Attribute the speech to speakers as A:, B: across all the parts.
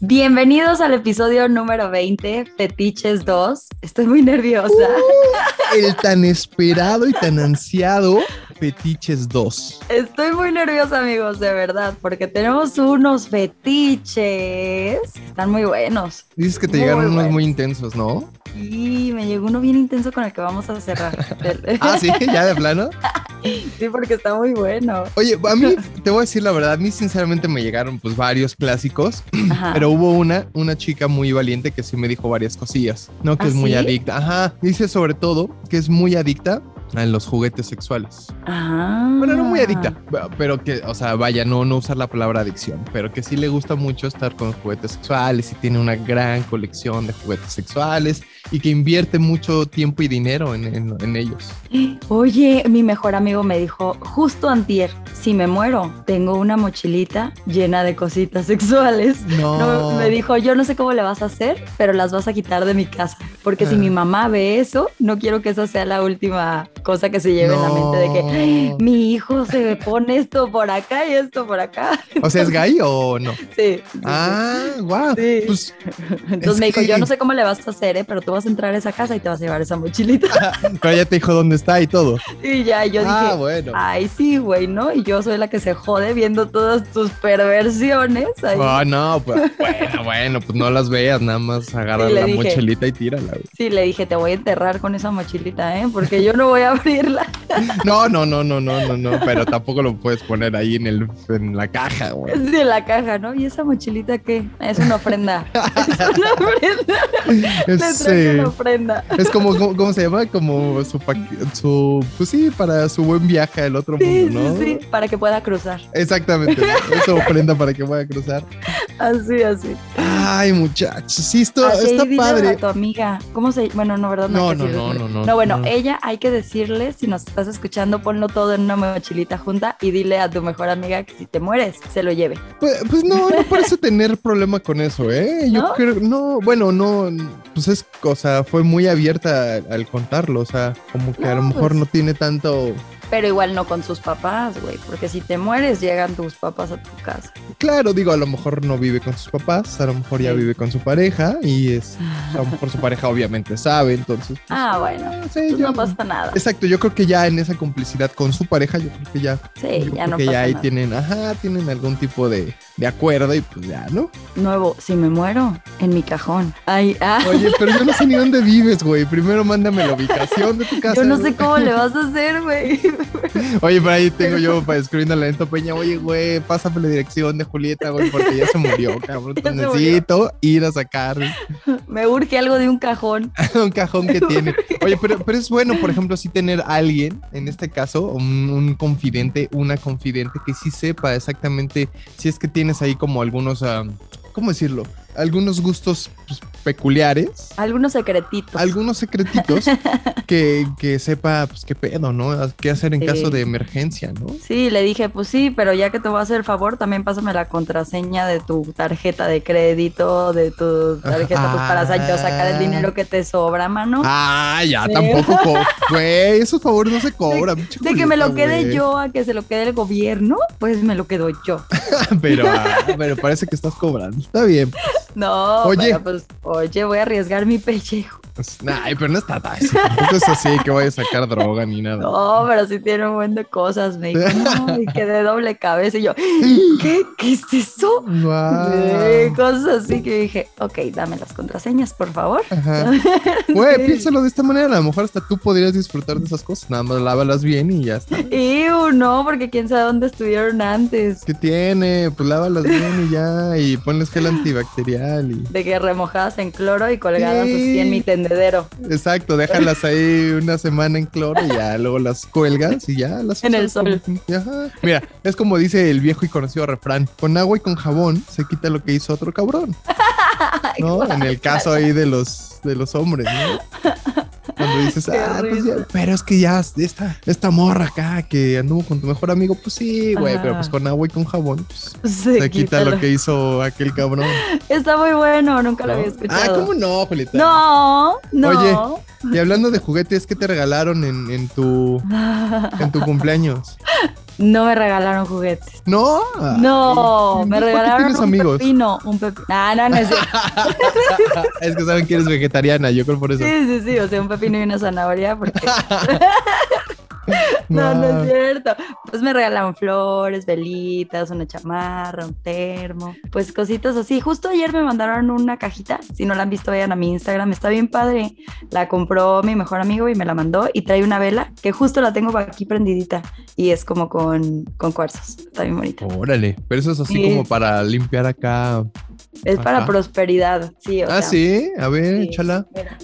A: Bienvenidos al episodio número 20, Fetiches 2. Estoy muy nerviosa.
B: Uh, el tan esperado y tan ansiado Fetiches 2.
A: Estoy muy nerviosa, amigos, de verdad, porque tenemos unos fetiches. Están muy buenos.
B: Dices que te muy llegaron unos buenos. muy intensos, ¿no?
A: Sí, me llegó uno bien intenso con el que vamos a cerrar.
B: ah, sí, ya de plano.
A: sí, porque está muy bueno.
B: Oye, a mí te voy a decir la verdad, a mí sinceramente me llegaron pues varios clásicos, Ajá. pero hubo una, una chica muy valiente que sí me dijo varias cosillas, ¿no? Que ¿Ah, es muy ¿sí? adicta. Ajá, dice sobre todo que es muy adicta a los juguetes sexuales.
A: Ajá.
B: Bueno, no muy adicta, pero que, o sea, vaya, no, no usar la palabra adicción, pero que sí le gusta mucho estar con los juguetes sexuales y tiene una gran colección de juguetes sexuales y que invierte mucho tiempo y dinero en, en, en ellos.
A: Oye, mi mejor amigo me dijo, justo antier, si me muero, tengo una mochilita llena de cositas sexuales.
B: No. no
A: me dijo, yo no sé cómo le vas a hacer, pero las vas a quitar de mi casa, porque ah. si mi mamá ve eso, no quiero que esa sea la última cosa que se lleve no. en la mente de que ¡Ay, mi hijo se pone esto por acá y esto por acá.
B: O sea, ¿es gay o no?
A: Sí. sí
B: ah, guau. Wow. Sí. Pues,
A: Entonces me dijo, que... yo no sé cómo le vas a hacer, ¿eh? pero tú vas a entrar a esa casa y te vas a llevar esa mochilita.
B: Ah, pero ya te dijo dónde está y todo.
A: Y ya, yo
B: ah,
A: dije,
B: bueno.
A: ay, sí, güey, ¿no? Y yo soy la que se jode viendo todas tus perversiones. Ahí.
B: Oh, no, pues, bueno, bueno, pues no las veas, nada más agarra sí, la dije, mochilita y tírala. Güey.
A: Sí, le dije, te voy a enterrar con esa mochilita, ¿eh? Porque yo no voy a abrirla.
B: No, no, no, no, no, no, no, pero tampoco lo puedes poner ahí en, el, en la caja, güey.
A: Sí, en la caja, ¿no? ¿Y esa mochilita qué? Es una ofrenda. Es una ofrenda. Es, Le una ofrenda.
B: Es como, como, ¿cómo se llama? Como su, su, pues sí, para su buen viaje al otro
A: sí,
B: mundo,
A: ¿no? Sí, sí, para que pueda cruzar.
B: Exactamente, es ofrenda para que pueda cruzar.
A: Así, así.
B: Ay, muchachos, sí, esto así está padre.
A: A tu amiga, ¿cómo se Bueno, no, ¿verdad?
B: No, no, no,
A: no,
B: no,
A: no. bueno, eh. ella hay que decirle, si nos estás escuchando, ponlo todo en una mochilita junta y dile a tu mejor amiga que si te mueres, se lo lleve.
B: Pues, pues no, no parece tener problema con eso, ¿eh? Yo
A: ¿No?
B: creo, no, bueno, no, pues es, o sea, fue muy abierta al, al contarlo, o sea, como que no, a lo mejor pues... no tiene tanto
A: pero igual no con sus papás, güey, porque si te mueres llegan tus papás a tu casa.
B: Claro, digo, a lo mejor no vive con sus papás, a lo mejor ya sí. vive con su pareja y es, a lo mejor su pareja obviamente sabe, entonces. Pues,
A: ah, bueno, eh, sí, pues yo, no pasa nada.
B: Exacto, yo creo que ya en esa complicidad con su pareja, yo creo que ya.
A: Sí, ya no
B: que
A: pasa
B: ya ahí
A: nada.
B: tienen, ajá, tienen algún tipo de, de acuerdo y pues ya, ¿no?
A: Nuevo, si me muero, en mi cajón. Ay, ah.
B: Oye, pero yo no sé ni dónde vives, güey. Primero mándame la ubicación de tu casa.
A: Yo no sé cómo le vas a hacer, güey.
B: Oye, por ahí tengo yo para escribirle a Lento Peña, oye, güey, pásame la dirección de Julieta, güey, porque ya se murió, cabrón. Se necesito murió. ir a sacar.
A: Me urge algo de un cajón.
B: un cajón que tiene. Oye, pero, pero, es bueno, por ejemplo, sí tener a alguien, en este caso, un, un confidente, una confidente que sí sepa exactamente si es que tiene tienes ahí como algunos, um, ¿cómo decirlo? Algunos gustos pues, peculiares.
A: Algunos secretitos.
B: Algunos secretitos que, que, sepa, pues, qué pedo, ¿no? ¿Qué hacer en sí. caso de emergencia, no?
A: Sí, le dije, pues sí, pero ya que te voy a hacer el favor, también pásame la contraseña de tu tarjeta de crédito, de tu tarjeta, pues, para yo sacar el dinero que te sobra, mano.
B: Ah, ya, sí. tampoco, güey, esos favores no se cobran.
A: De, de que me lo quede wey. yo a que se lo quede el gobierno, pues me lo quedo yo.
B: pero, ah, pero parece que estás cobrando, está bien.
A: No, oye, pero, pues, oye, voy a arriesgar mi pellejo.
B: Ay, pero no está tan Tampoco es así que vaya a sacar droga ni nada.
A: No, pero sí tiene un buen de cosas. Me dijo, no, y quedé doble cabeza. Y yo, ¿qué? ¿Qué es eso?
B: Wow.
A: Eh, cosas así que dije, ok, dame las contraseñas, por favor.
B: Ajá. Güey, piénsalo de esta manera. A lo mejor hasta tú podrías disfrutar de esas cosas. Nada más lávalas bien y ya está.
A: Iu, no, porque quién sabe dónde estuvieron antes.
B: ¿Qué tiene? Pues lávalas bien y ya. Y ponles gel antibacterial. Y...
A: De que remojadas en cloro y colgadas sí. así en mi tendón.
B: Exacto, déjalas ahí una semana en cloro y ya luego las cuelgas y ya las.
A: En el sol.
B: Ajá. Mira, es como dice el viejo y conocido refrán: con agua y con jabón se quita lo que hizo otro cabrón. ¿No? En el caso ahí de los, de los hombres, ¿no? Cuando dices, ah, pues ya, pero es que ya esta, esta morra acá que anduvo con tu mejor amigo, pues sí, güey, pero pues con agua y con jabón, pues, se, se quita lo que hizo aquel cabrón.
A: Está muy bueno, nunca ¿No? lo había escuchado.
B: Ah, ¿cómo no, Julieta?
A: No, no.
B: Oye, y hablando de juguetes, ¿qué te regalaron en, en tu, en tu cumpleaños?
A: No me regalaron juguetes.
B: No.
A: No,
B: Ay,
A: me
B: Ah. ¿por qué
A: regalaron
B: tienes
A: un
B: amigos?
A: pepino, un pepino. Ah, no, no es cierto.
B: es que saben que eres vegetariana, yo creo por eso.
A: Sí, sí, sí, o sea, un pepino y una zanahoria, porque no, no
B: Ah.
A: es cierto. Pues me regalaron flores, velitas, una chamarra, un termo, pues cositas así. Justo ayer me mandaron una cajita, si no la han visto, vayan a mi Instagram, está bien padre. La compró mi mejor amigo y me la mandó y trae una vela que justo la tengo aquí prendidita y es como con, con cuarzos, está bien bonita.
B: Órale, pero eso es así
A: Sí.
B: como para limpiar acá.
A: Es para
B: Ajá.
A: prosperidad, sí. O
B: ah,
A: sea,
B: sí, a ver,
A: sí,
B: échala.
A: mira,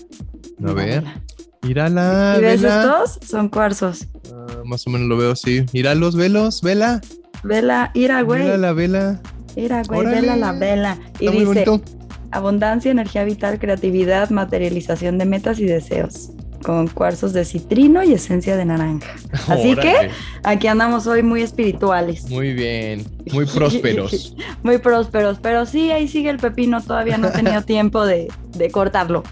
B: A
A: una
B: ver,
A: vela.
B: mírala,
A: ¿Y ves
B: vela.
A: estos? Son cuarzos.
B: Ah, más o menos lo veo así. Míralos, velos, vela.
A: Vela, ira, Ah, güey.
B: Mira la vela.
A: Mira, güey,
B: Órale.
A: vela la vela. Y
B: Está muy
A: dice,
B: bonito.
A: abundancia, energía vital, creatividad, materialización de metas y deseos. Con cuarzos de citrino y esencia de naranja. Así
B: Órale,
A: Aquí andamos hoy muy espirituales,
B: Muy bien, muy prósperos.
A: muy prósperos, pero sí, ahí sigue el pepino, todavía no he tenido tiempo de, de cortarlo.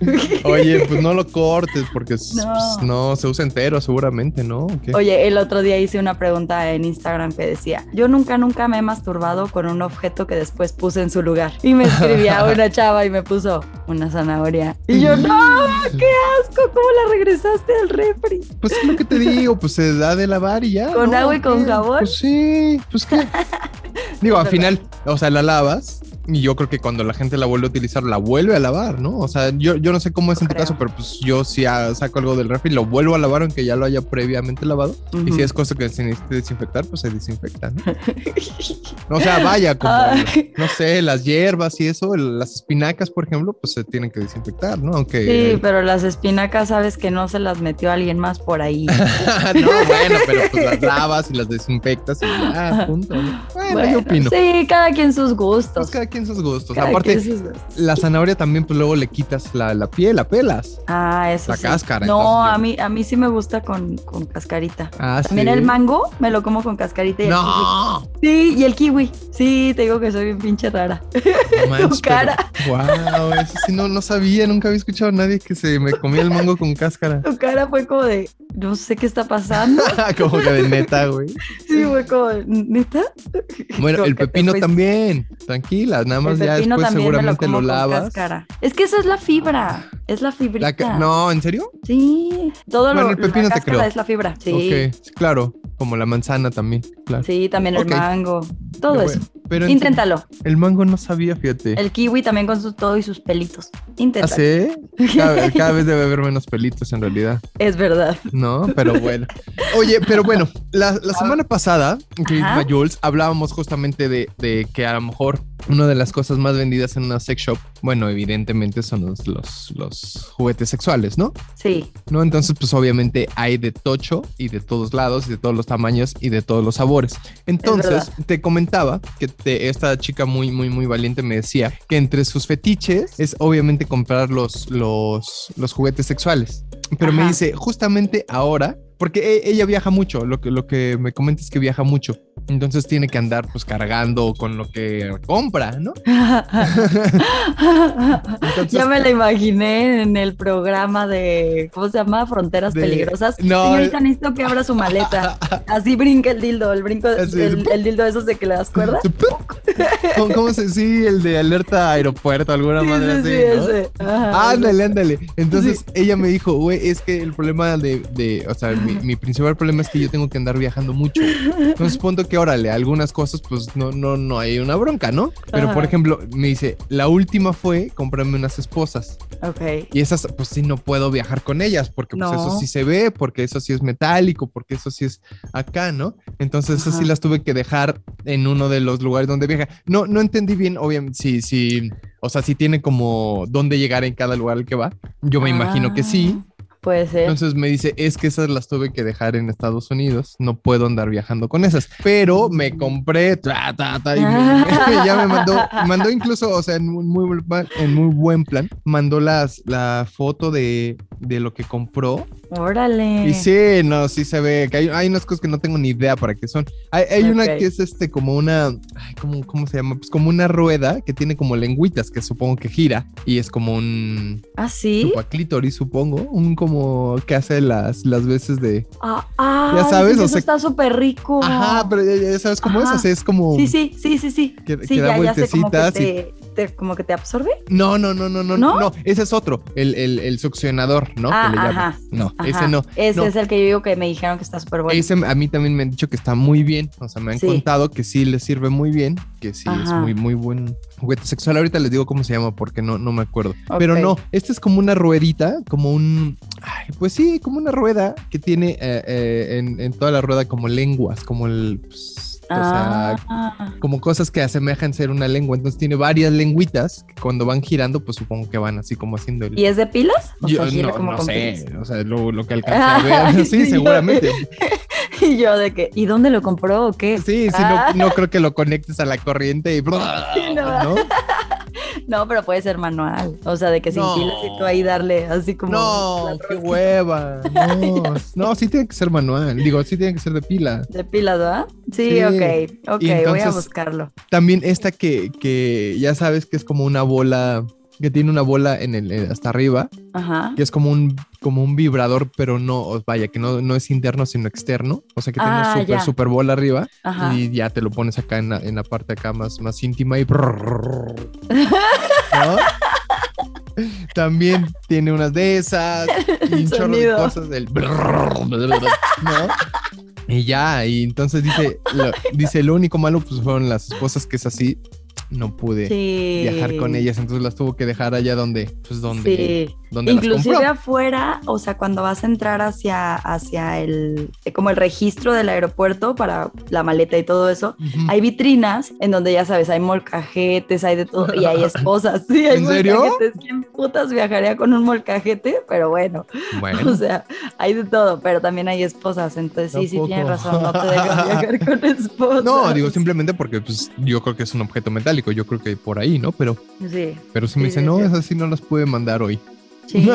B: Oye, pues no lo cortes porque s-
A: No.
B: pues, no se usa entero seguramente, ¿no? ¿O qué?
A: Oye, el otro día hice una pregunta en Instagram que decía, yo nunca, nunca me he masturbado con un objeto que después puse en su lugar. Y me escribía una chava y me puso una zanahoria. Y yo, no, qué asco, ¿cómo la regresaste al refri?
B: Pues es lo que te digo, pues se da de lavar y ya.
A: ¿Con
B: ¿no?
A: agua y con
B: ¿Qué?
A: jabón?
B: Pues sí, pues qué. Digo, al final, o sea, la lavas y yo creo que cuando la gente la vuelve a utilizar, la vuelve a lavar, ¿no? O sea, yo, yo no sé cómo es en tu
A: Creo.
B: caso, pero pues yo sí ah, saco algo del refri, lo vuelvo a lavar aunque ya lo haya previamente lavado. Y si
A: Ujú.
B: es cosa que se necesite desinfectar, pues se desinfecta, ¿no? O sea, vaya, como,
A: Ay.
B: no sé, las hierbas y eso, el- las espinacas, por ejemplo, pues se tienen que desinfectar, ¿no? Aunque...
A: Sí, pero las espinacas sabes que no se las metió alguien más por ahí.
B: no, bueno, pero pues las lavas y las desinfectas y ya, punto. ¿no? Bueno, yo opino.
A: Sí, cada quien sus
B: Pues
A: gustos.
B: cada quien sus gustos.
A: Cada
B: Aparte,
A: quien sus gustos.
B: la zanahoria también, pues luego le quitas la, la piel, la pelas.
A: Ah, eso
B: La
A: sí.
B: cáscara,
A: No,
B: entonces,
A: a
B: yo-
A: mí, a mí sí me gusta con, con cascarita.
B: Ah,
A: También
B: sí.
A: el mango me lo como con cascarita. Y el kiwi.
B: No,
A: Sí, y el kiwi. Sí, te digo que soy bien pinche rara.
B: no manches,
A: Tu cara.
B: wow, eso sí no, no sabía, nunca había escuchado a nadie que se me comía el mango con cáscara.
A: Tu cara fue como de, no sé qué está pasando.
B: Como que de neta, güey.
A: Sí, fue como, de, ¿neta?
B: Bueno,
A: Como
B: el
A: que te
B: pepino
A: fuiste.
B: también. Tranquila, nada más
A: El
B: ya
A: pepino
B: después
A: también me lo
B: seguramente
A: como con
B: lo, lavas.
A: cáscara. Es que esa es la fibra. Es la fibrita.
B: La ca- no, ¿en serio?
A: Sí. Todo
B: Bueno,
A: lo
B: el pepino
A: la
B: te
A: cáscara
B: creo.
A: es la fibra. Sí.
B: Ok, sí, claro, como la manzana también, claro.
A: Sí, también el
B: Ok.
A: mango. Todo
B: Pero
A: eso.
B: bueno, Pero en-
A: Inténtalo.
B: el mango no sabía, fíjate.
A: El kiwi también con su todo y sus pelitos. Inténtalo.
B: ¿Así? Cada, cada vez debe haber menos pelitos en realidad,
A: Es verdad.
B: ¿no? Pero bueno. Oye, pero bueno, la, la semana pasada, querida
A: Ajá.
B: Jules, hablábamos justamente de, de que a lo mejor una de las cosas más vendidas en una sex shop, bueno, evidentemente son los, los, los juguetes sexuales, ¿no?
A: Sí.
B: ¿No? Entonces, pues obviamente hay de tocho y de todos lados, y de todos los tamaños y de todos los sabores. Entonces, te comentaba que te- esta chica muy, muy, muy valiente me decía que entre sus fetiches es obviamente comprar los, los, los juguetes sexuales. Pero me
A: Ajá.
B: dice, justamente ahora, porque e- ella viaja mucho, lo que, lo que me comenta es que viaja mucho. Entonces tiene que andar pues cargando con lo que compra, ¿no? Entonces,
A: ya me la imaginé en el programa de, ¿cómo se llama? Fronteras
B: De-
A: Peligrosas.
B: no,
A: Señorita, necesito que abra su maleta. Así brinca el dildo, el brinco,
B: Así,
A: el, el dildo de esos de que le das cuerda.
B: ¿Cómo, cómo se sí, el de alerta aeropuerto, alguna
A: Sí,
B: madre
A: sí,
B: así?
A: sí,
B: ¿no?
A: ese. Ajá.
B: Ándale, ándale. Entonces ella me dijo, güey, es que el problema de, de- o sea, mi, mi principal problema es que yo tengo que andar viajando mucho. Entonces, punto que, órale, algunas cosas, pues no, no, no hay una bronca, ¿no? Pero, por
A: Ajá.
B: ejemplo, me dice, la última fue comprarme unas esposas.
A: Ok.
B: Y esas, pues sí, no puedo viajar con ellas, porque pues,
A: No.
B: eso sí se ve, porque eso sí es metálico, porque eso sí es acá, ¿no? Entonces, esas sí
A: Ajá.
B: las tuve que dejar en uno de los lugares donde viaja. No, no entendí bien, obviamente, si, si, o sea, si tiene como dónde llegar en cada lugar al que va. Yo me imagino que sí.
A: Ah, Puede ser.
B: Entonces me dice, es que esas las tuve que dejar en Estados Unidos, no puedo andar viajando con esas, pero me compré, ta, ta, ta, y me- ya me mandó, mandó incluso, o sea, en muy, muy buen plan- en muy buen plan, mandó las, la foto de, de lo que compró.
A: Órale.
B: Y sí, no, sí se ve que hay, hay unas cosas que no tengo ni idea para qué son. Hay, hay una
A: Ok.
B: que es este como una, ay, ¿cómo, ¿cómo se llama? Pues como una rueda que tiene como lengüitas que supongo que gira y es como un
A: ¿Ah, sí?
B: chupaclítoris, supongo, un como que hace las, las veces de...
A: Ah, ah,
B: Ya
A: ay,
B: sabes,
A: sí,
B: o
A: eso
B: sea-
A: está súper rico.
B: Ajá, pero ya, ya sabes cómo es,
A: Ajá.
B: o sea, es como...
A: Sí, sí, sí, sí, sí.
B: Que, que
A: Sí,
B: da
A: ya, ya sé como que
B: vueltecitas y
A: te, te- como que te absorbe.
B: No, no, no, no, no,
A: ¿No?
B: no, ese es otro, el, el, el succionador, ¿no?
A: Ah,
B: Que le llaman.
A: ajá,
B: No,
A: Ajá.
B: ese no.
A: Ese
B: No.
A: es el que yo digo que me dijeron que está súper bueno.
B: Ese a mí también me han dicho que está muy bien, o sea, me han
A: Sí.
B: contado que sí le sirve muy bien, que sí es
A: Ajá.
B: muy, muy buen juguete sexual. Ahorita les digo cómo se llama porque no, no me acuerdo.
A: Ok.
B: Pero no, este es como una ruedita, como un, ay, pues sí, como una rueda que tiene eh, eh, en, en toda la rueda como lenguas, como el, pues, o sea,
A: Ah,
B: como cosas que asemejan ser una lengua. Entonces tiene varias lengüitas que cuando van girando, pues supongo que van así como haciendo el...
A: ¿Y es de pilas? O sea,
B: Yo
A: gira
B: no,
A: como
B: no
A: con
B: sé,
A: pilas.
B: o sea, lo, lo que alcancé a
A: Ay,
B: ver, sí,
A: sí,
B: seguramente.
A: Y yo de que, ¿y dónde lo compró o qué?
B: Sí, sí,
A: Ah.
B: no, no creo que lo conectes a la corriente y... no.
A: no.
B: ¿no?
A: No, pero puede ser manual. O sea, de que sin
B: No.
A: pilas y tú ahí darle así como.
B: No,
A: la
B: qué
A: rosca.
B: hueva. No, no, sí tiene que ser manual. Digo, sí tiene que ser de pila.
A: De pilas, ¿verdad? Sí,
B: Sí.
A: ok, ok,
B: Y
A: voy a
B: entonces-
A: buscarlo.
B: También esta que, que ya sabes que es como una bola, que tiene una bola en el, eh, hasta arriba,
A: Ajá.
B: que es como un, como un vibrador, pero no, oh, vaya, que no, no es interno, sino externo. O sea que tiene
A: Ah,
B: una super,
A: ya.
B: super bola arriba.
A: Ajá.
B: Y ya te lo pones acá en la, en la parte acá más, más íntima y... ¿No? También tiene unas de esas y un chorro de
A: sonido.
B: cosas del... ¿No? Y ya, y entonces dice, lo, dice, lo único malo pues fueron las esposas que es así, no pude
A: Sí.
B: viajar con ellas, entonces las tuvo que dejar allá donde, pues donde,
A: Sí.
B: donde las compró.
A: Inclusive afuera, o sea, cuando vas a entrar hacia, hacia el, eh, como el registro del aeropuerto para la maleta y todo eso,
B: Ujú.
A: hay vitrinas en donde ya sabes, hay molcajetes, hay de todo, y hay esposas, sí, hay
B: ¿En serio?
A: molcajetes. ¿Quién putas viajaría con un molcajete? Pero bueno, o
B: Bueno,
A: sea, hay de todo, pero también hay esposas, entonces sí, sí
B: Tampoco.
A: tienes razón, no te dejan viajar con esposas.
B: no, digo simplemente porque pues yo creo que es un objeto metálico, yo creo que por ahí, ¿no? Pero
A: Sí,
B: Pero si me
A: Sí,
B: dice,
A: sí,
B: no,
A: sí.
B: esas sí no las puede mandar hoy.
A: chin.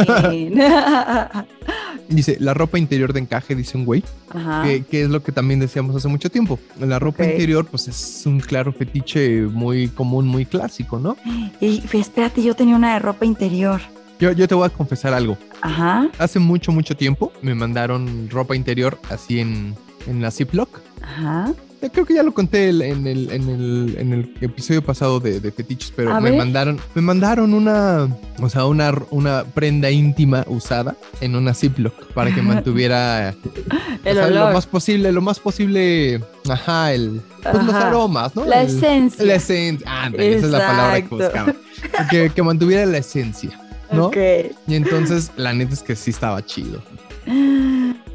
B: Dice, la ropa interior de encaje, dice un güey,
A: Ajá.
B: que, que es lo que también decíamos hace mucho tiempo. La ropa
A: Ah. Ok.
B: interior, pues es un claro fetiche muy común, muy clásico, ¿no?
A: Y fe- espérate, yo tenía una de ropa interior.
B: Yo, yo te voy a confesar algo.
A: Ajá,
B: Hace mucho, mucho tiempo me mandaron ropa interior así en, en la Ziploc.
A: ajá.
B: Ya Creo que ya lo conté el- en, el, en, el, en el episodio pasado de, de fetiches, pero
A: A
B: me
A: ver.
B: mandaron, me mandaron una, o sea, una, una prenda íntima usada en una Ziploc para
A: Ah.
B: que mantuviera
A: El
B: O sea,
A: olor.
B: Pues Lo más posible, lo más posible. Ajá, el. Pues los
A: Ajá.
B: aromas, ¿no?
A: La
B: El-
A: esencia.
B: La esencia. Ah, ándale, esa es la palabra que
A: Exacto.
B: buscaba. Que, que mantuviera la esencia, ¿no?
A: Ok.
B: Y entonces, la neta es que sí estaba chido.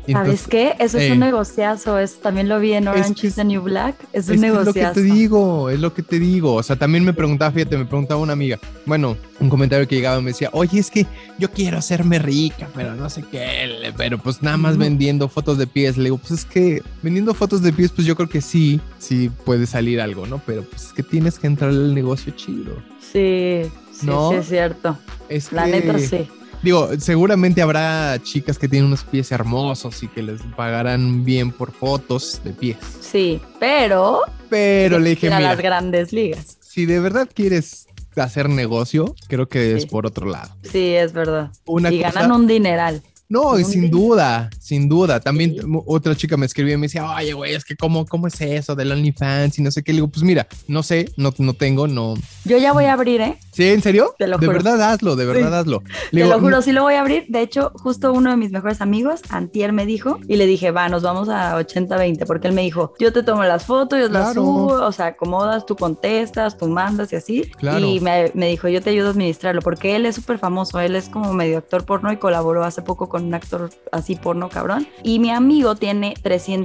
B: Y
A: ¿Sabes
B: Entonces,
A: qué? Eso es
B: eh,
A: un negociazo. Eso también lo vi en
B: es
A: Orange
B: que
A: is the New Black. Es un
B: es que es lo que
A: negociazo.
B: te digo, es lo que te digo. O sea, también me preguntaba, fíjate, me preguntaba una amiga. Bueno, un comentario que llegaba me decía, oye, es que yo quiero hacerme rica, pero no sé qué, le- pero pues nada más
A: Ujú.
B: vendiendo fotos de pies. Le digo, pues es que vendiendo fotos de pies, pues yo creo que sí, sí puede salir algo, ¿no? Pero pues es que tienes que entrar al negocio chido.
A: Sí, sí,
B: ¿No?
A: sí, es cierto.
B: Es
A: La
B: que,
A: neta, sí.
B: Digo, seguramente habrá chicas que tienen unos pies hermosos y que les pagarán bien por fotos de pies.
A: Sí, pero.
B: Pero le dije,
A: ir a
B: mira,
A: las grandes ligas.
B: si de verdad quieres hacer negocio, creo que es
A: Sí.
B: por otro lado.
A: Sí, es verdad.
B: Una
A: y
B: cosa-
A: ganan un dineral.
B: No, y
A: un
B: sin
A: día.
B: duda, sin duda. También
A: Sí.
B: m- otra chica me escribió y me decía, oye, güey, es que cómo, cómo es eso del OnlyFans y no sé qué. Le digo, pues mira, no sé, no, no tengo, no.
A: Yo ya voy a abrir, ¿eh?
B: ¿Sí? ¿En serio?
A: Te lo
B: de
A: juro.
B: verdad hazlo, de verdad
A: Sí.
B: hazlo.
A: Te
B: Le digo, "Mm,
A: lo juro, sí lo voy a abrir. De hecho, justo uno de mis mejores amigos, Antier, me dijo y le dije, va, nos vamos a 80-20, porque él me dijo, yo te tomo las fotos, yo las
B: Claro.
A: subo, o sea, acomodas, tú contestas, tú mandas y así.
B: Claro.
A: Y me, me dijo, yo te ayudo a administrarlo, porque él es súper famoso, él es como medio actor porno y colaboró hace poco con un actor así porno cabrón. Y mi amigo tiene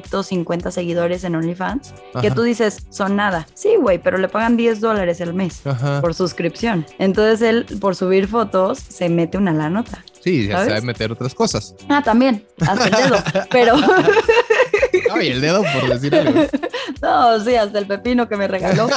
A: 350 seguidores en OnlyFans, que
B: Ajá,
A: tú dices, son nada. Sí, güey, pero le pagan 10 dólares al mes
B: Ajá.
A: por suscripción. Entonces él, por subir fotos, se mete una la nota.
B: Sí, ya
A: ¿sabes?
B: sabe meter otras cosas.
A: Ah, también, hasta el dedo. Pero,
B: Ay, el dedo por decirle.
A: no, sí, hasta el pepino que me regaló.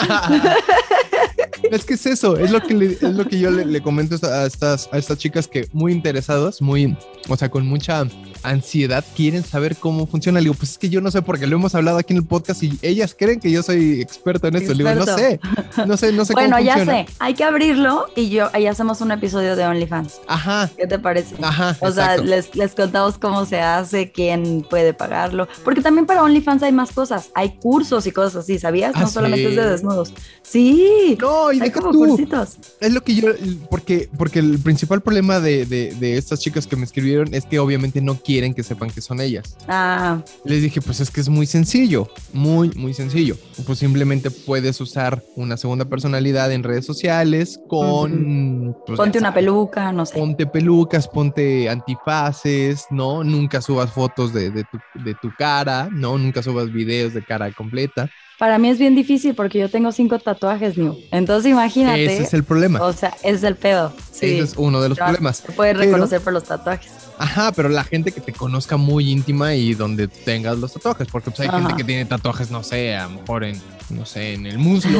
B: Es que es eso, es lo que, le- es lo que yo le, le comento a estas, a estas chicas que muy interesadas, muy, o sea, con mucha ansiedad quieren saber cómo funciona. Le digo, pues es que yo no sé porque lo hemos hablado aquí en el podcast y ellas creen que yo soy experto en esto. Le digo, no sé, no sé, no sé
A: bueno,
B: cómo
A: ya
B: funciona.
A: sé. Hay que abrirlo y yo ahí hacemos un episodio de OnlyFans.
B: Ajá,
A: ¿Qué te parece?
B: ajá.
A: O sea,
B: Ah, exacto.
A: les, les contamos cómo se hace, quién puede pagarlo. Porque también para OnlyFans hay más cosas. Hay cursos y cosas así, ¿sabías?
B: Ah,
A: no solamente
B: sí.
A: es de desnudos. Sí.
B: no, y
A: hay
B: deja
A: como
B: tú.
A: cursitos.
B: Es lo que yo, porque, porque el principal problema de, de- de estas chicas que me escribieron es que obviamente no quieren que sepan que son ellas.
A: Ah,
B: Les dije, pues es que es muy sencillo, muy, muy sencillo. Pues simplemente puedes usar una segunda personalidad en redes sociales con... pues,
A: ponte
B: ya
A: una
B: sabes,
A: peluca, no sé.
B: Ponte pelucas, ponte antifaces, ¿no? Nunca subas fotos de, de tu, de tu cara, ¿no? Nunca subas videos de cara completa.
A: Para mí es bien difícil porque yo tengo cinco tatuajes, New. Entonces imagínate.
B: Ese es el problema.
A: O sea, ese es el pedo. Sí.
B: Ese es uno de los
A: Ya.
B: problemas.
A: Se puede
B: pero-
A: reconocer por los tatuajes.
B: Ajá, pero la gente que te conozca muy íntima y donde tengas los tatuajes, porque pues, hay gente
A: Ajá.
B: que tiene tatuajes, no sé, a lo mejor en, no sé, en el muslo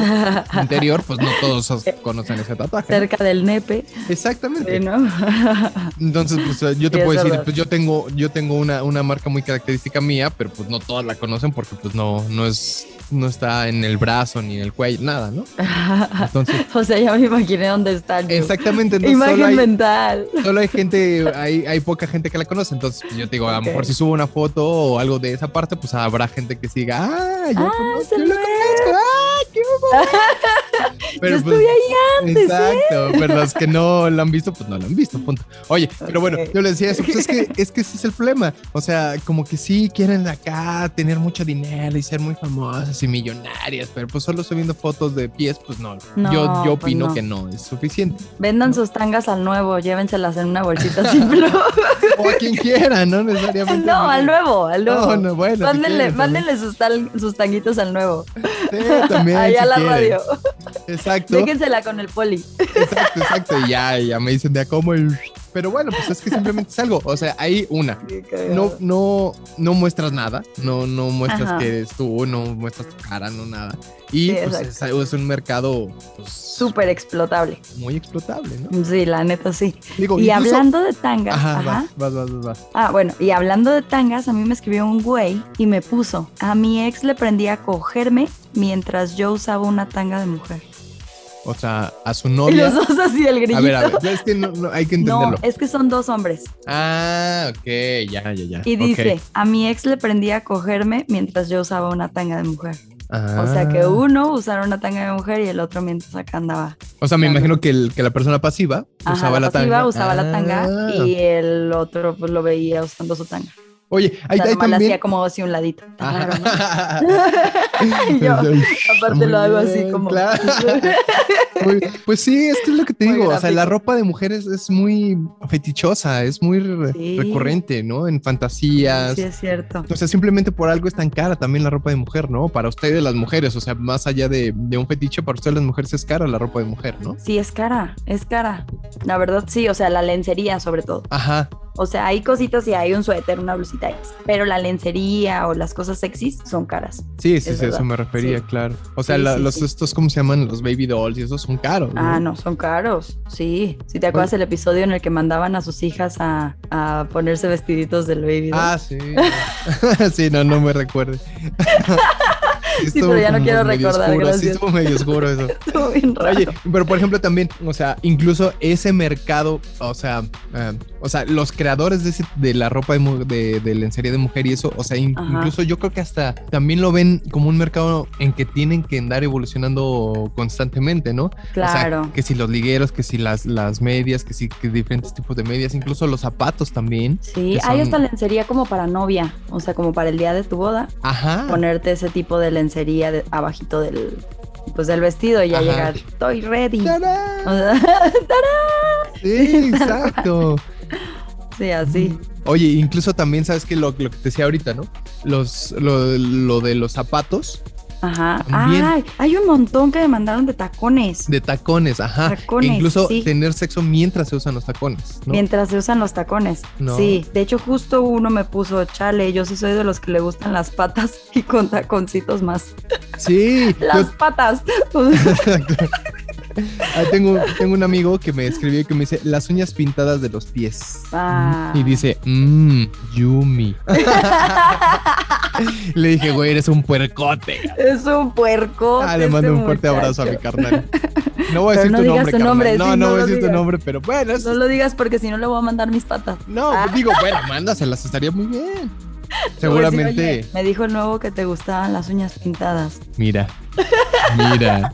B: interior, pues no todos os- conocen ese tatuaje. ¿no?
A: Cerca del nepe,
B: Exactamente.
A: sí, ¿no?
B: Entonces, pues yo te
A: Sí, es
B: puedo decir,
A: verdad.
B: pues yo tengo, yo tengo una, una marca muy característica mía, pero pues no todas la conocen porque pues no, no es, no está en el brazo ni en el cuello, nada, ¿no? Entonces,
A: o sea, ya me imaginé dónde están. New.
B: exactamente. entonces, solo
A: Imagen
B: hay-
A: mental.
B: Solo hay gente, hay, hay poca gente que la conoce, entonces pues, yo te digo, a lo
A: Ok.
B: mejor si subo una foto o algo de esa parte, pues habrá gente que siga, ah, yo,
A: Ah,
B: conozco,
A: se
B: yo lo
A: ve".
B: conozco, ah, qué mamón".
A: yo estuve ahí antes, ¿eh?
B: Exacto, pero los que no la han visto, pues no la han visto, punto. Oye, pero bueno,
A: Ok.
B: yo le decía eso, pues es que, es que ese es el problema, o sea, como que sí quieren acá tener mucho dinero y ser muy famosas y millonarias, pero pues solo subiendo fotos de pies, pues no,
A: No,
B: yo, yo
A: pues,
B: opino
A: no.
B: que no es suficiente.
A: Vendan sus tangas al nuevo, llévenselas en una bolsita sin flor.
B: O a quien quiera, no necesariamente.
A: no, al nuevo, al nuevo.
B: No, no, bueno. si
A: mándenle
B: quieren,
A: mándenle sus, tal- sus tanguitos al nuevo.
B: también. Sí, también, si
A: Allá a la
B: quieren.
A: radio.
B: Exacto,
A: Déjensela con el poli.
B: exacto, exacto. Y ya, ya me dicen de a cómo el- Pero bueno, pues es que simplemente es algo. O sea, hay una. No, no, no muestras nada. No, no muestras
A: Ajá.
B: que eres tú, no muestras tu cara, no nada. Y
A: Sí,
B: pues
A: exacto.
B: es, algo- es un mercado pues,
A: Súper explotable.
B: muy explotable, ¿no?
A: Sí, la neta sí.
B: Digo,
A: Y
B: incluso-
A: hablando de tangas,
B: Ajá,
A: ajá.
B: Vas, vas, vas, vas.
A: Ah, bueno, y hablando de tangas, a mí me escribió un güey y me puso, a mi ex le prendí a cogerme mientras yo usaba una tanga de mujer.
B: O sea, a su
A: Y
B: novia.
A: los dos así el grillito.
B: Oh, A ver, a ver. Es que no, no, hay que entenderlo.
A: no, es que son dos hombres.
B: Ah, ok, ya, ya, ya.
A: Y
B: ok.
A: dice, a mi ex le prendí a cogerme mientras yo usaba una tanga de mujer. O sea que uh,
B: Ah.
A: uno usaba una tanga de mujer y el otro mientras acá andaba.
B: O sea, me
A: Claro.
B: imagino que, el, que la persona pasiva
A: Ajá,
B: usaba la,
A: pasiva
B: tanga.
A: usaba la tanga
B: Ah.
A: y el otro pues lo veía usando su tanga.
B: Oye,
A: O
B: ahí,
A: sea,
B: ahí
A: nomás la
B: también. Ah.
A: hacía como hacia un ladito. Está raro, ¿no? Y yo,
B: Muy bien,
A: aparte lo hago así como...
B: claro. Muy- pues sí, es que es lo que te
A: Muy
B: digo. O sea,
A: gráfico.
B: la ropa de mujeres es muy fetichosa, es muy re-
A: Sí.
B: recurrente, ¿no? En fantasías.
A: Sí, es cierto.
B: O sea, simplemente por algo es tan cara también la ropa de mujer, ¿no? Para ustedes las mujeres, o sea, más allá de, de un fetiche, para ustedes las mujeres es cara la ropa de mujer, ¿no?
A: Sí, es cara, es cara. La verdad, sí, o sea, la lencería sobre todo.
B: Ajá,
A: O sea, hay cositas y hay un suéter, una blusita, X, pero la lencería o las cosas sexys son caras.
B: Sí, sí,
A: Es
B: sí, a
A: verdad,
B: eso me refería,
A: sí.
B: claro. O sea,
A: Sí,
B: la-
A: sí,
B: los
A: sí.
B: estos, ¿cómo se llaman? Los baby dolls y esos son caros.
A: Ah, no, son caros. Sí. Si te acuerdas el episodio en el que mandaban a sus hijas a, a ponerse vestiditos del baby. doll?
B: Ah, sí. sí, no, no me recuerdes.
A: Sí, pero ya no
B: como
A: quiero
B: medio
A: recordar,
B: oscuro, Sí,
A: gracias.
B: estuvo medio oscuro eso.
A: Estuvo bien raro.
B: Oye, pero por ejemplo también, o sea, incluso ese mercado, o sea, eh, o sea, los creadores de, ese- de la ropa de, mu- de, de lencería de mujer y eso, o sea, in-
A: Ajá.
B: incluso yo creo que hasta también lo ven como un mercado en que tienen que andar evolucionando constantemente, ¿no? O sea,
A: claro.
B: que si los ligueros, que si las, las medias, que si que diferentes tipos de medias, incluso los zapatos también.
A: Sí,
B: que
A: hay
B: son-
A: esta lencería como para novia, o sea, como para el día de tu boda,
B: Ajá.
A: ponerte ese tipo de lencería de- abajito del, pues, del vestido y ya
B: Ajá.
A: llegar, estoy ready. O
B: ¡Tarán!
A: sea,
B: Sí, exacto.
A: sí, así.
B: Oye, incluso también sabes que lo, lo que te decía ahorita, ¿no? Los, lo, lo de los zapatos
A: Ajá.
B: También.
A: Ay, hay un montón que me mandaron de tacones.
B: de tacones, ajá. E
A: Tacones,
B: incluso
A: sí.
B: tener sexo mientras se usan los tacones, ¿no?
A: Mientras se usan los tacones.
B: No.
A: Sí, de hecho justo uno me puso, chale, yo sí soy de los que le gustan las patas y con taconcitos más.
B: Sí,
A: Las
B: yo-
A: patas.
B: Ah, tengo, tengo un amigo que me escribió y que me dice las uñas pintadas de los pies.
A: Ah.
B: Y dice, mmm, Yumi. Le dije, güey, eres un puercote.
A: Es un puerco.
B: Ah, le mando un fuerte abrazo a mi carnal. No voy a
A: este Pero
B: decir
A: no
B: tu
A: digas
B: nombre,
A: tu nombre,
B: carnal. No,
A: sí,
B: no,
A: no
B: voy a
A: lo
B: decir tu
A: digas.
B: nombre, pero bueno, es-
A: No Ah. lo digas porque si no le voy a mandar mis patas.
B: no, digo, bueno, mándaselas, estaría muy bien. Seguramente.
A: Oye, me dijo el nuevo que te gustaban las uñas pintadas.
B: Mira. Mira.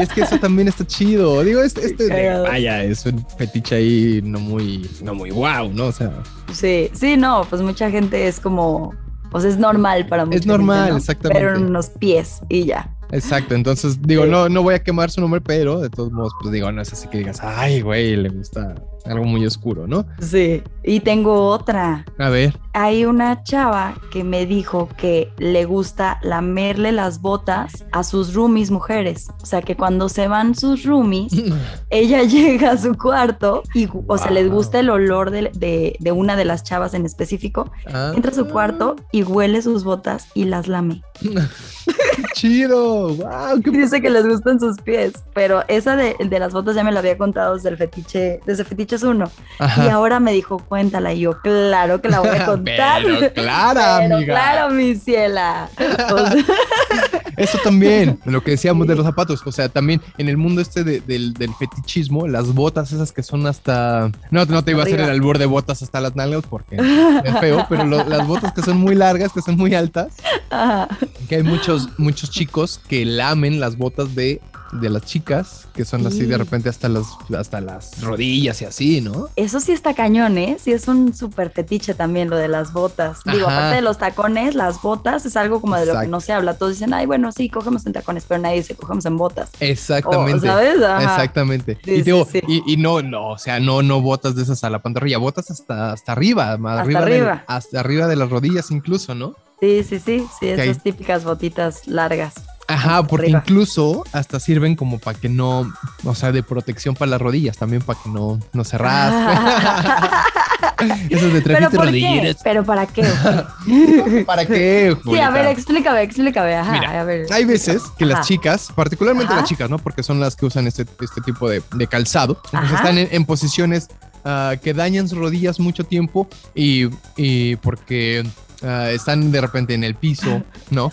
B: es que eso también está chido. Digo, este, este de-
A: cagado.
B: vaya, es un fetiche ahí no muy, no muy wow, ¿no? O sea,
A: Sí, sí, no, pues mucha gente es como, pues es normal para mucha gente,
B: normal,
A: ¿no?
B: exactamente.
A: Pero en los pies y ya.
B: exacto. Entonces, digo,
A: Sí.
B: no, no voy a quemar su nombre, pero de todos modos, pues digo, no es así que digas, ay, güey, le gusta algo muy oscuro, ¿no?
A: Sí. Y tengo otra.
B: A ver.
A: Hay una chava que me dijo que le gusta lamerle las botas a sus roomies mujeres. O sea, que cuando se van sus roomies, ella llega a su cuarto y, o sea, les
B: Wow.
A: gusta el olor de, de- de una de las chavas en específico.
B: Ah,
A: Entra a su cuarto y huele sus botas y las lame.
B: qué Ah, chido. Wow,
A: Y dice que les gustan sus pies, pero esa de, de las botas ya me la había contado desde el fetiche, desde fetiches 1. Y ahora me dijo, cuéntala. Y yo, claro que la voy a contar.
B: Pero clara,
A: Pero
B: amiga.
A: claro, mi ciela. O sea,
B: Eso también, lo que decíamos de los zapatos, o sea, también en el mundo este de- del, del fetichismo, las botas esas que son hasta... No, no te iba a hacer el
A: arriba.
B: albur de botas hasta las nalgas porque es feo, pero lo- las botas que son muy largas, que son muy altas,
A: ajá.
B: que hay muchos, muchos chicos que lamen las botas de, de las chicas, que son así de
A: Sí.
B: repente hasta las, hasta las rodillas y así, ¿no?
A: Eso sí está cañón, ¿eh? Sí es un súper fetiche también lo de las botas. Digo,
B: Ajá.
A: aparte de los tacones, las botas es algo como de lo que
B: Exacto.
A: no se habla. Todos dicen, ay, bueno, sí, cogemos en tacones, pero nadie dice, cogemos en botas. Oh, O,
B: Exactamente.
A: ¿Sabes? Ajá.
B: Exactamente.
A: Sí,
B: y,
A: sí,
B: digo,
A: sí.
B: Y, y no, no, o sea, no, no botas de esas a la pantorrilla, botas hasta, hasta arriba, más
A: Hasta
B: arriba, del-
A: arriba.
B: hasta arriba de las rodillas incluso, ¿no?
A: Sí, sí, sí, sí,
B: Que
A: esas
B: hay-
A: típicas botitas largas.
B: Ajá,
A: Hasta
B: porque
A: arriba.
B: incluso hasta sirven como para que no, o sea, de protección para las rodillas, también para que no, no se raspe. Eso es de
A: Ah. ¿Pero
B: trajiste
A: por qué?
B: rodillas.
A: ¿Pero para qué?
B: ¿Para qué?
A: Sí, a
B: Julieta?
A: ver, explícame, explícame. Ajá,
B: Mira,
A: a ver.
B: Hay veces que las
A: Ajá.
B: chicas, particularmente
A: Ajá.
B: las chicas, ¿no? Porque son las que usan este, este tipo de, de calzado, entonces
A: Ajá.
B: están en, en posiciones ah, que dañan sus rodillas mucho tiempo y, y porque ah, están de repente en el piso, ¿no?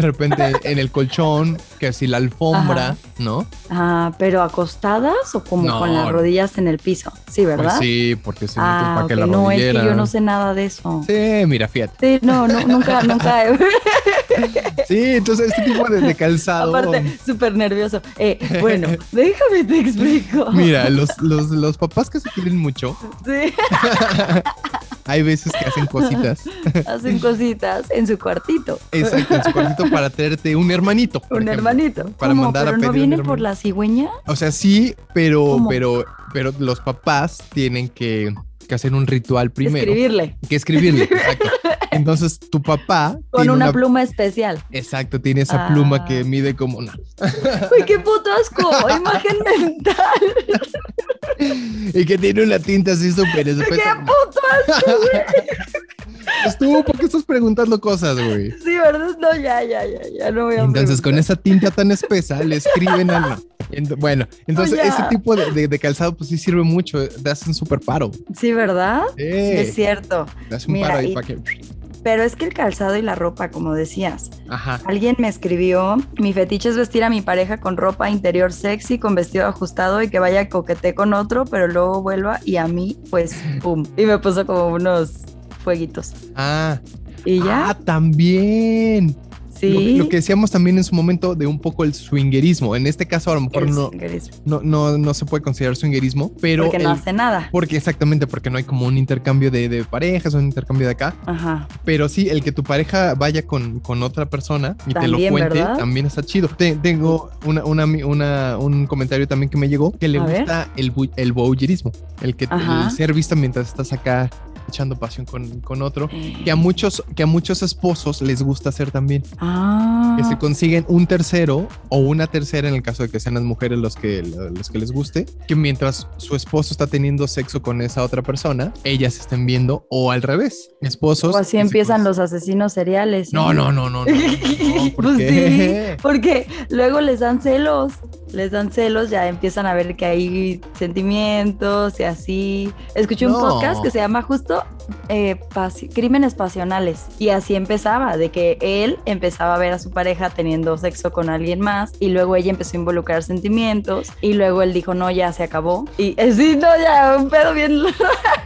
B: repente en el colchón, que si la alfombra,
A: Ajá.
B: ¿no?
A: Ah, pero acostadas o como
B: No.
A: con las rodillas en el piso. Sí,
B: Pues
A: ¿verdad?
B: sí, porque si
A: ah,
B: no, pues, para que la
A: ok, no, es que
B: rodillera.
A: yo no sé nada de eso. Sí,
B: Sí, mira, fíjate.
A: no, no, nunca, nunca. he-
B: Sí, entonces este tipo de, de calzado.
A: Aparte, súper nervioso. Eh, bueno, déjame te explico.
B: Mira, los, los, los papás que se quieren mucho,
A: Sí,
B: hay veces que hacen cositas
A: hacen cositas en su cuartito.
B: Exacto, en su cuartito para traerte un hermanito. por
A: Un
B: ejemplo.
A: hermanito.
B: para
A: ¿Cómo?
B: mandar a
A: ¿Pero no
B: pedir un
A: vienen por
B: hermano.
A: la cigüeña?
B: O sea, sí, pero,
A: ¿Cómo?
B: pero, pero los papás tienen que, que hacer un ritual primero.
A: Escribirle.
B: Que escribirle. exacto. Entonces tu papá
A: Con
B: tiene
A: una, pluma especial.
B: Exacto, tiene esa pluma
A: Ah.
B: que mide como no.
A: Uy, qué puto asco. Imagen mental.
B: Y que tiene una tinta así súper
A: Qué
B: espesa.
A: puto asco.
B: Pues tú, ¿por qué estás preguntando cosas, güey?
A: Sí, ¿verdad? No, ya, ya, ya, ya no voy a
B: Entonces, con
A: preguntar.
B: esa tinta tan espesa, le escriben a la- Ent- Bueno, entonces
A: Oye. ah.
B: ese tipo de, de- de calzado, pues sí sirve mucho. Te hacen súper paro.
A: Sí, ¿verdad? Sí,
B: Sí.
A: es cierto.
B: Le Eh, hace un
A: Mira,
B: paro ahí
A: y-
B: para que.
A: Pero es que el calzado y la ropa, como decías,
B: Ajá.
A: alguien me escribió, mi fetiche es vestir a mi pareja con ropa interior sexy, con vestido ajustado y que vaya a coquete con otro, pero luego vuelva y a mí, pues, pum. Y me puso como unos fueguitos.
B: Ah,
A: Y ya,
B: ah, también. Lo,
A: sí.
B: lo que decíamos también en su momento de un poco el swingerismo. En este caso, a lo mejor
A: el
B: no,
A: swingerismo,
B: no, no, no se puede considerar swingerismo, pero.
A: porque no
B: el-
A: hace nada.
B: porque exactamente, porque no hay como un intercambio de, de parejas, un intercambio de acá.
A: Ajá.
B: Pero sí, el que tu pareja vaya con, con otra persona y te lo
A: También,
B: cuente
A: ¿verdad?
B: también está chido. Te- tengo una, una, una- un comentario también que me llegó que le
A: A ver.
B: gusta el, bu- el voyeurismo, el que el
A: Ajá.
B: ser vista mientras estás acá echando pasión con, con otro, que a muchos, que a muchos esposos les gusta hacer también.
A: Ah.
B: Que se consiguen un tercero o una tercera en el caso de que sean las mujeres los que, los que les guste, que mientras su esposo está teniendo sexo con esa otra persona, ellas estén viendo o al revés, esposos.
A: O así
B: que se
A: empiezan
B: cons-
A: los asesinos seriales. ¿eh?
B: No, no, no, no. no, no, no, ¿por
A: Pues
B: qué?
A: sí, porque luego les dan celos, les dan celos, ya empiezan a ver que hay sentimientos y así. Escuché un
B: No.
A: podcast que se llama justo eh, Pasi- Crímenes Pasionales y así empezaba, de que él empezaba a ver a su pareja teniendo sexo con alguien más y luego ella empezó a involucrar sentimientos y luego él dijo, no, ya se acabó. Y eh, sí, no, ya, un pedo bien...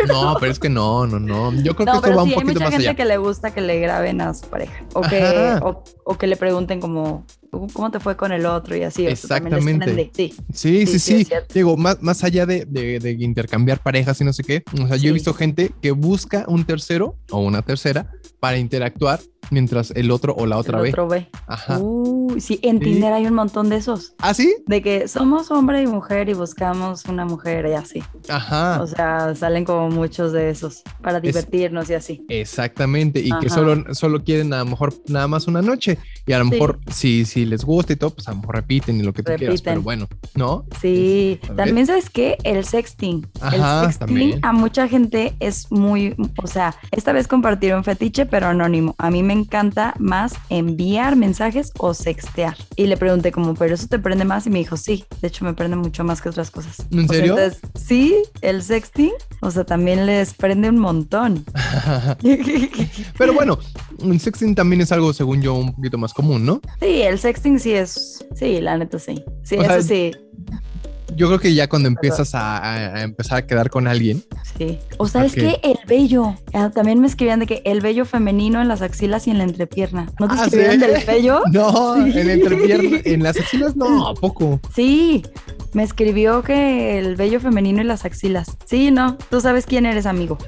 B: No, pero es que no, no, no. Yo creo
A: No,
B: que esto
A: pero
B: va
A: sí,
B: un
A: hay
B: poquito
A: mucha
B: más
A: gente
B: allá.
A: que le gusta que le graben a su pareja o que,
B: Ajá.
A: o, o que le pregunten como, ¿cómo te fue con el otro? Y así. o sea, también les ponen
B: Exactamente.
A: de- sí. Sí,
B: Sí, sí,
A: sí, es
B: sí.
A: cierto.
B: Digo, más, más allá de, de- de intercambiar parejas y no sé qué. O sea, yo
A: Sí.
B: he visto gente que busca un tercero o una tercera para interactuar mientras el otro o la otra
A: el
B: ve.
A: otro Uh. ve.
B: Ajá.
A: Uy, sí, en
B: Sí.
A: Tinder hay un montón de esos.
B: ¿Ah, sí?
A: De que somos hombre y mujer y buscamos una mujer y así.
B: Ajá.
A: O sea, salen como muchos de esos para divertirnos y así.
B: Exactamente, y que
A: Ajá.
B: solo, solo quieren a lo mejor nada más una noche, y a lo
A: Sí.
B: mejor si, si les gusta y todo, pues a lo mejor repiten y lo que tú quieras,
A: Repiten.
B: pero bueno, ¿no?
A: Sí,
B: A ver.
A: también sabes qué, el sexting.
B: Ajá,
A: el sexting
B: también.
A: a mucha gente es muy, o sea, esta vez compartieron fetiche, pero anónimo. A mí me encanta más enviar mensajes o sextear. Y le pregunté como, ¿pero eso te prende más? Y me dijo, sí, de hecho me prende mucho más que otras cosas.
B: ¿En
A: O sea,
B: serio?
A: entonces, sí, el sexting, o sea, también les prende un montón. sí,
B: pero bueno, un sexting también es algo, según yo, un poquito más común, ¿no?
A: el sexting sí es, sí, la neta sí. Sí,
B: O
A: eso
B: sea,
A: sí.
B: Yo creo que ya cuando empiezas a, a- a empezar a quedar con alguien,
A: Sí. O sabes
B: Ok.
A: que el vello. Ah, También me escribían de que el vello femenino en las axilas y en la entrepierna. ¿No te
B: Ah,
A: escribieron
B: ¿sí?
A: del vello?
B: no,
A: Sí.
B: en la entrepierna, en las axilas, no, ¿a poco.
A: Sí. Me escribió que el vello femenino y las axilas. Sí, no. Tú sabes quién eres, amigo.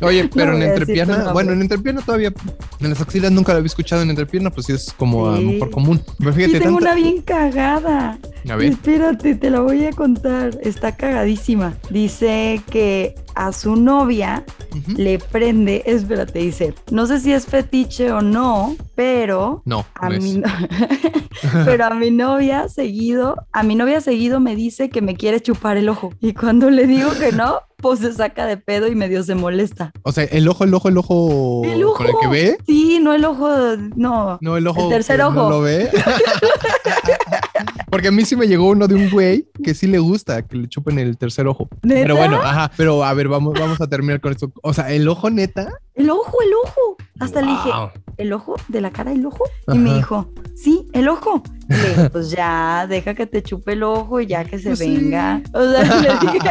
B: Oye, pero
A: voy a
B: en
A: decir tu
B: entrepierna,
A: nombre.
B: bueno, en entrepierna todavía, en las axilas nunca lo había escuchado en entrepierna, pues sí es como a lo
A: Sí.
B: mejor común. Pero
A: Sí,
B: fíjate,
A: tengo
B: tanta-
A: una bien cagada.
B: a ver.
A: Espérate, te la voy a contar. Está cagadísima. Dice que a su novia
B: ujú.
A: le prende. Espérate, dice. No sé si es fetiche o no, pero
B: No,
A: A
B: no es.
A: mi, pero a mi novia seguido, a mi novia seguido me dice que me quiere chupar el ojo. Y cuando le digo que no, pues se saca de pedo y medio se molesta.
B: O sea, el ojo, el ojo, el ojo,
A: ¡El ojo!
B: con el que ve.
A: Sí, no el ojo, no.
B: No, el ojo.
A: El tercer
B: que
A: ojo.
B: No lo ve. Porque a mí sí me llegó uno de un güey que sí le gusta que le chupen el tercer ojo.
A: ¿Neta?
B: Pero bueno, ajá. Pero a ver, vamos, vamos a terminar con esto. O sea, el ojo neta.
A: El ojo, el ojo. Hasta le dije,
B: Wow.
A: ¿el ojo? ¿De la cara el ojo? Y me
B: Ajá.
A: dijo, sí, el ojo. Y le dije, pues ya, deja que te chupe el ojo y ya que se
B: Pues sí.
A: venga. O sea, le dije,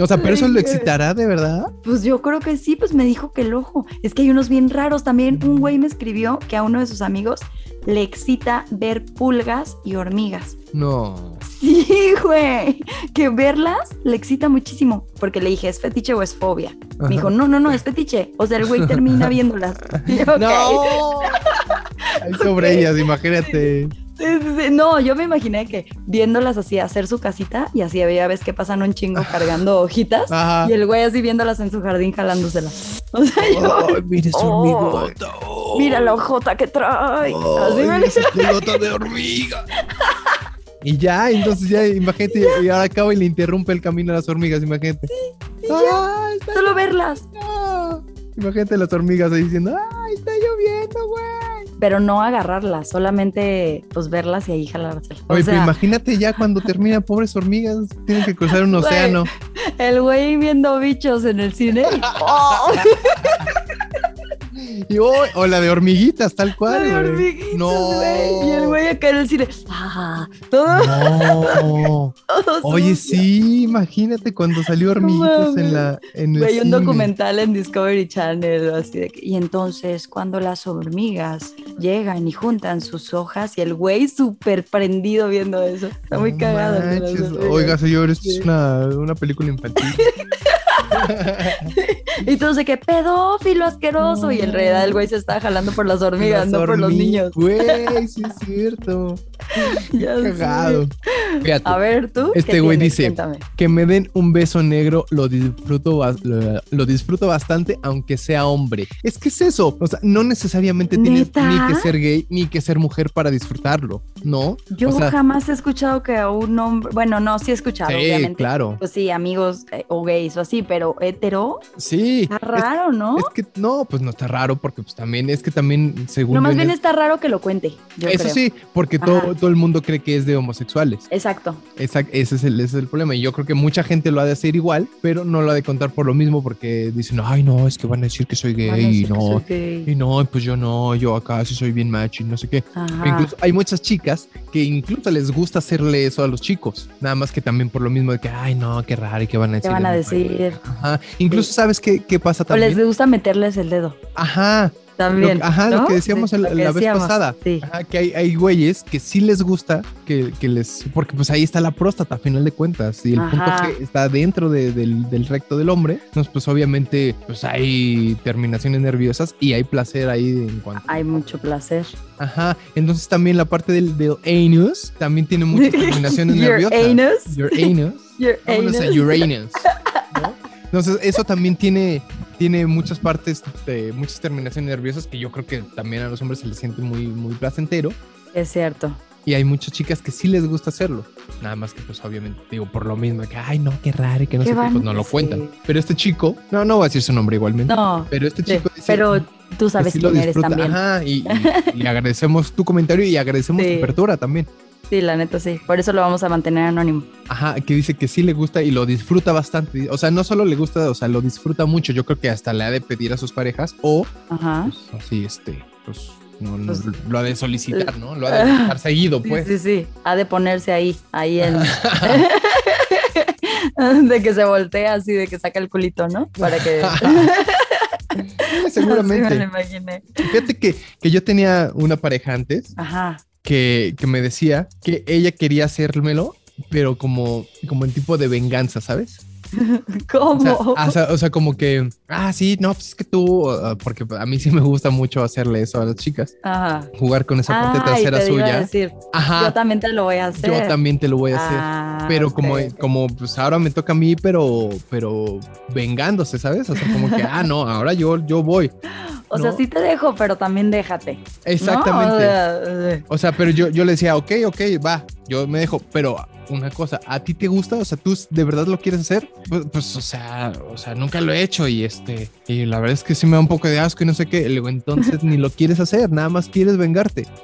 B: O sea, pero eso lo
A: Ay,
B: excitará de verdad.
A: Pues yo creo que sí, pues me dijo que el ojo. Es que hay unos bien raros. También un güey me escribió que a uno de sus amigos le excita ver pulgas y hormigas.
B: No.
A: Sí, güey. Que verlas le excita muchísimo. Porque le dije, ¿es fetiche o es fobia? Me dijo, no, no, no, es fetiche. O sea, el güey termina viéndolas. Y yo,
B: Ajá.
A: "Ok".
B: No. Ay, sobre
A: Ok.
B: ellas, imagínate.
A: Sí, sí, sí. No, yo me imaginé que viéndolas así, hacer su casita y así había ves que pasan un chingo cargando hojitas.
B: Ajá.
A: Y el güey así viéndolas en su jardín jalándoselas. O sea, yo...
B: Ay, mira, es
A: Oh.
B: hormigota.
A: Mira la ojota que trae. Así me
B: Ay,
A: lo-
B: esa pelota de hormiga. Y ya, entonces ya, imagínate, y ahora acaba y le interrumpe el camino a las hormigas, imagínate.
A: y ya.
B: Ay, está-
A: Solo verlas.
B: no. Imagínate las hormigas ahí diciendo, ¡ay, está lloviendo, güey!
A: Pero no agarrarlas, solamente pues verlas y ahí jalárselas. O
B: Oye, pero
A: sea,
B: imagínate ya cuando termina, pobres hormigas, tienen que cruzar un
A: Güey.
B: océano.
A: el güey viendo bichos en el cine. ¡Oh!
B: Y, oh, o la de hormiguitas, tal
A: la
B: cual.
A: de
B: güey.
A: hormiguitas,
B: No.
A: güey. Y el güey acá en el cine. ¡Ah! Todo,
B: No.
A: todo
B: Oye,
A: sucio.
B: sí, imagínate cuando salió hormiguitas en la. En el
A: Güey, un
B: cine.
A: documental en Discovery Channel, así de que- y entonces cuando las hormigas llegan y juntan sus hojas y el güey súper prendido viendo eso, está muy
B: No
A: cagado. el de las
B: manches.
A: hormigas.
B: Oiga, señor, esto
A: Sí.
B: es una, una película infantil.
A: Y todos de que pedófilo asqueroso. Y en realidad el güey se está jalando por las hormigas,
B: Las
A: no por los
B: hormi-
A: niños.
B: Güey, sí es cierto.
A: Ya sé.
B: Cagado. Fíjate.
A: A ver, tú. ¿qué
B: Este güey
A: tienes?
B: dice
A: Cuéntame.
B: que me den un beso negro, lo disfruto, bas- lo, lo disfruto bastante, aunque sea hombre. Es que es eso. O sea, no necesariamente tienes
A: ¿Neta?
B: ni que ser gay ni que ser mujer para disfrutarlo, ¿no?
A: Yo
B: o sea-
A: jamás he escuchado que a un hombre. Bueno, no, sí he escuchado,
B: Sí,
A: obviamente.
B: claro.
A: Pues sí, amigos eh, o gays o así, pero hetero,
B: Sí.
A: está
B: Es-
A: raro, ¿no?
B: Es que no, pues no está raro porque pues también es que también según
A: no, más
B: yo en
A: bien
B: el-
A: está raro que lo cuente. Yo
B: eso
A: creo.
B: sí, porque todo,
A: Ajá.
B: todo el mundo cree que es de homosexuales.
A: Exacto.
B: Esa- ese, es el, ese es el problema. Y yo creo que mucha gente lo ha de hacer igual, pero no lo ha de contar por lo mismo porque dicen, ay no, es que van a decir que soy
A: Van a decir
B: gay y
A: que
B: no,
A: soy gay.
B: y no, pues yo no, yo acá sí soy bien macho y no sé qué. E
A: Ajá.
B: Incluso hay muchas chicas que incluso les gusta hacerle eso a los chicos, nada más que también por lo mismo de que, ay no, qué raro y qué van a
A: ¿Qué
B: decir.
A: van a
B: Ay,
A: decir?
B: Ajá. Incluso
A: Sí.
B: sabes qué, qué pasa
A: O les
B: Ah, también.
A: gusta meterles el dedo.
B: Ajá,
A: También.
B: Lo que- ajá, lo
A: ¿no?
B: que decíamos
A: Sí,
B: el-
A: lo que
B: la vez
A: decíamos,
B: pasada.
A: Sí.
B: Ajá, que hay, hay güeyes que sí les gusta que, que les. Porque pues ahí está la próstata, a final de cuentas. Y el
A: Ajá.
B: punto G está dentro de- del, del recto del hombre. Entonces, pues obviamente, pues hay terminaciones nerviosas y hay placer ahí en cuanto.
A: Hay mucho placer.
B: Ajá. Entonces también la parte del, del anus también tiene muchas terminaciones
A: Your
B: nerviosas.
A: anus.
B: Your anus. Ah,
A: Your
B: Vámonos a
A: anus.
B: Uranus. ¿no? Entonces, eso también tiene, tiene muchas partes, de, muchas terminaciones nerviosas que yo creo que también a los hombres se les siente muy, muy placentero.
A: Es cierto.
B: Y hay muchas chicas que sí les gusta hacerlo. Nada más que, pues, obviamente, digo, por lo mismo, que, ay, no, qué raro, y que no
A: ¿Qué
B: sé qué,
A: van
B: pues no
A: a
B: lo
A: decir?
B: cuentan. Pero este chico, no, no voy a decir su nombre igualmente,
A: No.
B: pero este
A: sí,
B: chico dice
A: pero tú sabes
B: Pues sí lo
A: quién eres
B: disfruta.
A: también.
B: Ajá, y, y- y le agradecemos tu comentario y agradecemos
A: Sí.
B: tu apertura también.
A: Sí, la neta sí. Por eso lo vamos a mantener anónimo.
B: Ajá, que dice que sí le gusta y lo disfruta bastante. O sea, no solo le gusta, o sea, lo disfruta mucho. Yo creo que hasta le ha de pedir a sus parejas o
A: Ajá.
B: pues, así, este, pues, no, no,
A: Pues-
B: lo ha de solicitar, ¿no? Lo ha de solicitar seguido,
A: Sí,
B: pues.
A: sí, sí. Ha de ponerse ahí, ahí en. de que se voltea así, de que saca el culito, ¿no? Para que. Así me lo
B: Seguramente.
A: imaginé.
B: Fíjate que, que yo tenía una pareja antes
A: Ajá.
B: que, que me decía que ella quería hacérmelo, pero como, como el tipo de venganza, ¿sabes? O sea,
A: ¿Cómo?
B: o sea, o sea, como que, ah, sí, no, pues es que tú, uh, porque a mí sí me gusta mucho hacerle eso a las chicas,
A: Ajá.
B: jugar con esa parte
A: Ay,
B: trasera
A: te iba a
B: suya.
A: decir, yo
B: Ajá,
A: también te lo voy a
B: yo,
A: hacer.
B: también te lo voy a hacer.
A: Ah,
B: Pero como,
A: ok.
B: como pues ahora me toca a mí, pero, pero vengándose, ¿sabes? O sea, como que, ah, no, ahora yo, yo voy.
A: O sea,
B: no.
A: sí te dejo, pero también déjate. ¿no?
B: Exactamente.
A: O sea, eh,
B: O sea, pero yo, yo le decía, ok, ok, va, yo me dejo, pero una cosa, ¿a ti te gusta? O sea, ¿tú de verdad lo quieres hacer? Pues, pues, o sea, o sea, nunca lo he hecho y este, y la verdad es que sí me da un poco de asco y no sé qué. Le digo, entonces ni lo quieres hacer, nada más quieres vengarte.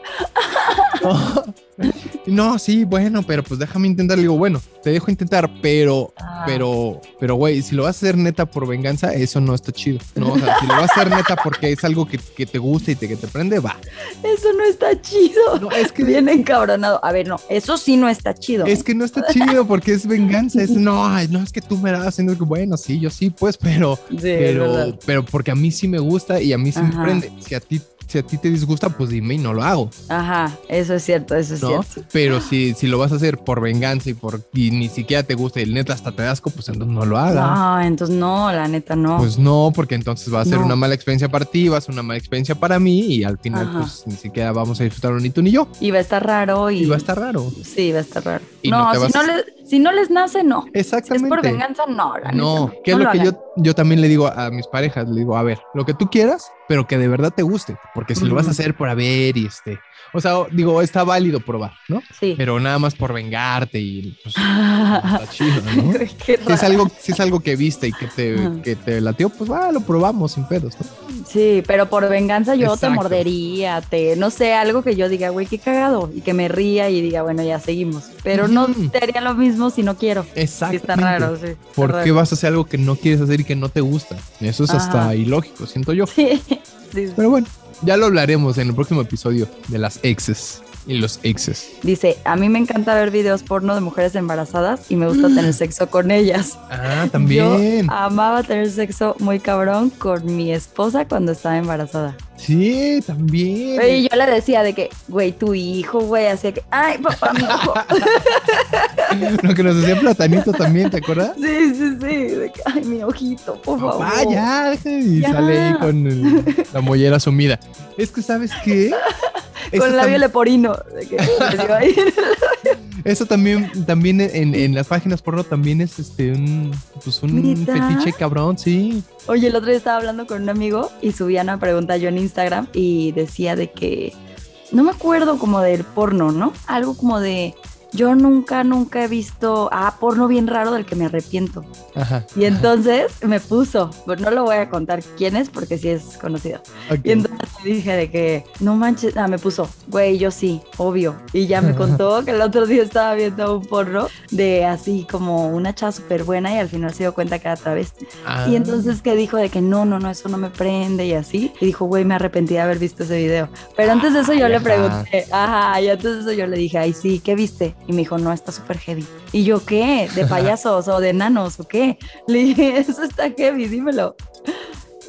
B: no, sí, bueno, pero pues déjame intentar. Le digo, bueno, te dejo intentar, pero
A: ah,
B: pero, pero, güey, si lo vas a hacer neta por venganza, eso no está chido. No, o sea, si lo vas a hacer neta porque es algo que, que te gusta y te, que te prende, va.
A: Eso no está chido.
B: No, es que
A: Bien encabronado. A ver, no, eso sí no está chido.
B: Es que no está chido porque es venganza. Es no, ay, no, es que tú me das haciendo que bueno, sí, yo sí, pues, pero,
A: Sí, es
B: pero,
A: verdad.
B: pero porque a mí sí me gusta y a mí sí
A: Ajá.
B: me prende. Si a ti, si a ti te disgusta, pues dime y no lo hago,
A: Ajá, eso es cierto, eso es
B: ¿no?
A: cierto.
B: Pero si, si lo vas a hacer por venganza y por y ni siquiera te gusta y el neta hasta te das asco, pues entonces no lo hagas.
A: No, entonces no, la neta no.
B: Pues no, porque entonces va a ser
A: No.
B: una mala experiencia para ti, va a ser una mala experiencia para mí y al final
A: Ajá.
B: pues ni siquiera vamos a disfrutarlo ni tú ni yo.
A: y va a estar raro y,
B: Y va a estar raro.
A: Sí, va a estar raro.
B: Y
A: no,
B: no te
A: si,
B: vas
A: no
B: a-
A: les, si no les nace, no. Si es
B: Exactamente.
A: por venganza, no, la
B: No,
A: neta.
B: que es
A: No
B: lo que
A: hagan.
B: yo, yo también le digo a mis parejas, le digo, a ver, lo que tú quieras, pero que de verdad te guste, porque si lo vas a
A: Ujú.
B: hacer por haber y este, o sea, digo, está válido probar, ¿no?
A: Sí.
B: Pero nada más por vengarte y pues, está chido, ¿no?
A: Qué
B: Si es
A: raro.
B: algo, si es algo que viste y que te,
A: Ajá.
B: que te latió, pues va, lo probamos sin pedos, ¿no?
A: Sí, pero por venganza yo te
B: Exacto.
A: mordería, te, no sé, algo que yo diga, güey, qué cagado, y que me ría y diga, bueno, ya seguimos. Pero no
B: Ujú.
A: te haría lo mismo si no quiero. Sí,
B: Exacto.
A: está raro, sí. está
B: ¿Por
A: raro.
B: qué vas a hacer algo que no quieres hacer y que no te gusta? Eso es
A: Ajá.
B: hasta ilógico, siento yo.
A: Sí, sí.
B: Pero bueno, ya lo hablaremos en el próximo episodio de las exes y los exes.
A: Dice, a mí me encanta ver videos porno de mujeres embarazadas y me gusta tener sexo con ellas.
B: Ah, Mm. también.
A: Yo amaba tener sexo muy cabrón con mi esposa cuando estaba embarazada.
B: Sí, también.
A: Y yo le decía de que, güey, tu hijo, güey, así que, ay, papá, mi hijo.
B: Lo que nos decía Platanito también, ¿te acuerdas?
A: Sí, sí, sí. de que, ay, mi ojito, por favor.
B: Vaya, y
A: Ya.
B: sale ahí con el- la mollera sumida. Es que, ¿sabes qué? Eso
A: Con
B: tam-
A: labio leporino. de que, le dio ahí.
B: Eso también, también en, en las páginas porno también es este un, pues un
A: ¿Neta?
B: fetiche cabrón, sí.
A: Oye, el otro día estaba hablando con un amigo y subía una pregunta yo en Instagram y decía de que no me acuerdo como del porno, ¿no? Algo como de yo nunca, nunca he visto ah, porno bien raro del que me arrepiento.
B: Ajá.
A: Y entonces me puso, pero no lo voy a contar quién es porque sí es conocido.
B: Ok.
A: Y entonces le dije de que, no manches, ah, me puso, güey, yo sí, obvio. Y ya me contó que el otro día estaba viendo un porno de así como una chava súper buena y al final se dio cuenta que era travesti.
B: Ah.
A: Y entonces que dijo de que no, no, no, eso no me prende y así. Y dijo, güey, me arrepentí de haber visto ese video. Pero antes de eso yo le
B: Ajá.
A: pregunté, ajá, y antes de eso yo le dije, ay, sí, ¿qué viste? Y me dijo, no, está súper heavy. Y yo, ¿qué? ¿De payasos o de enanos o qué? Le dije, eso está heavy, dímelo.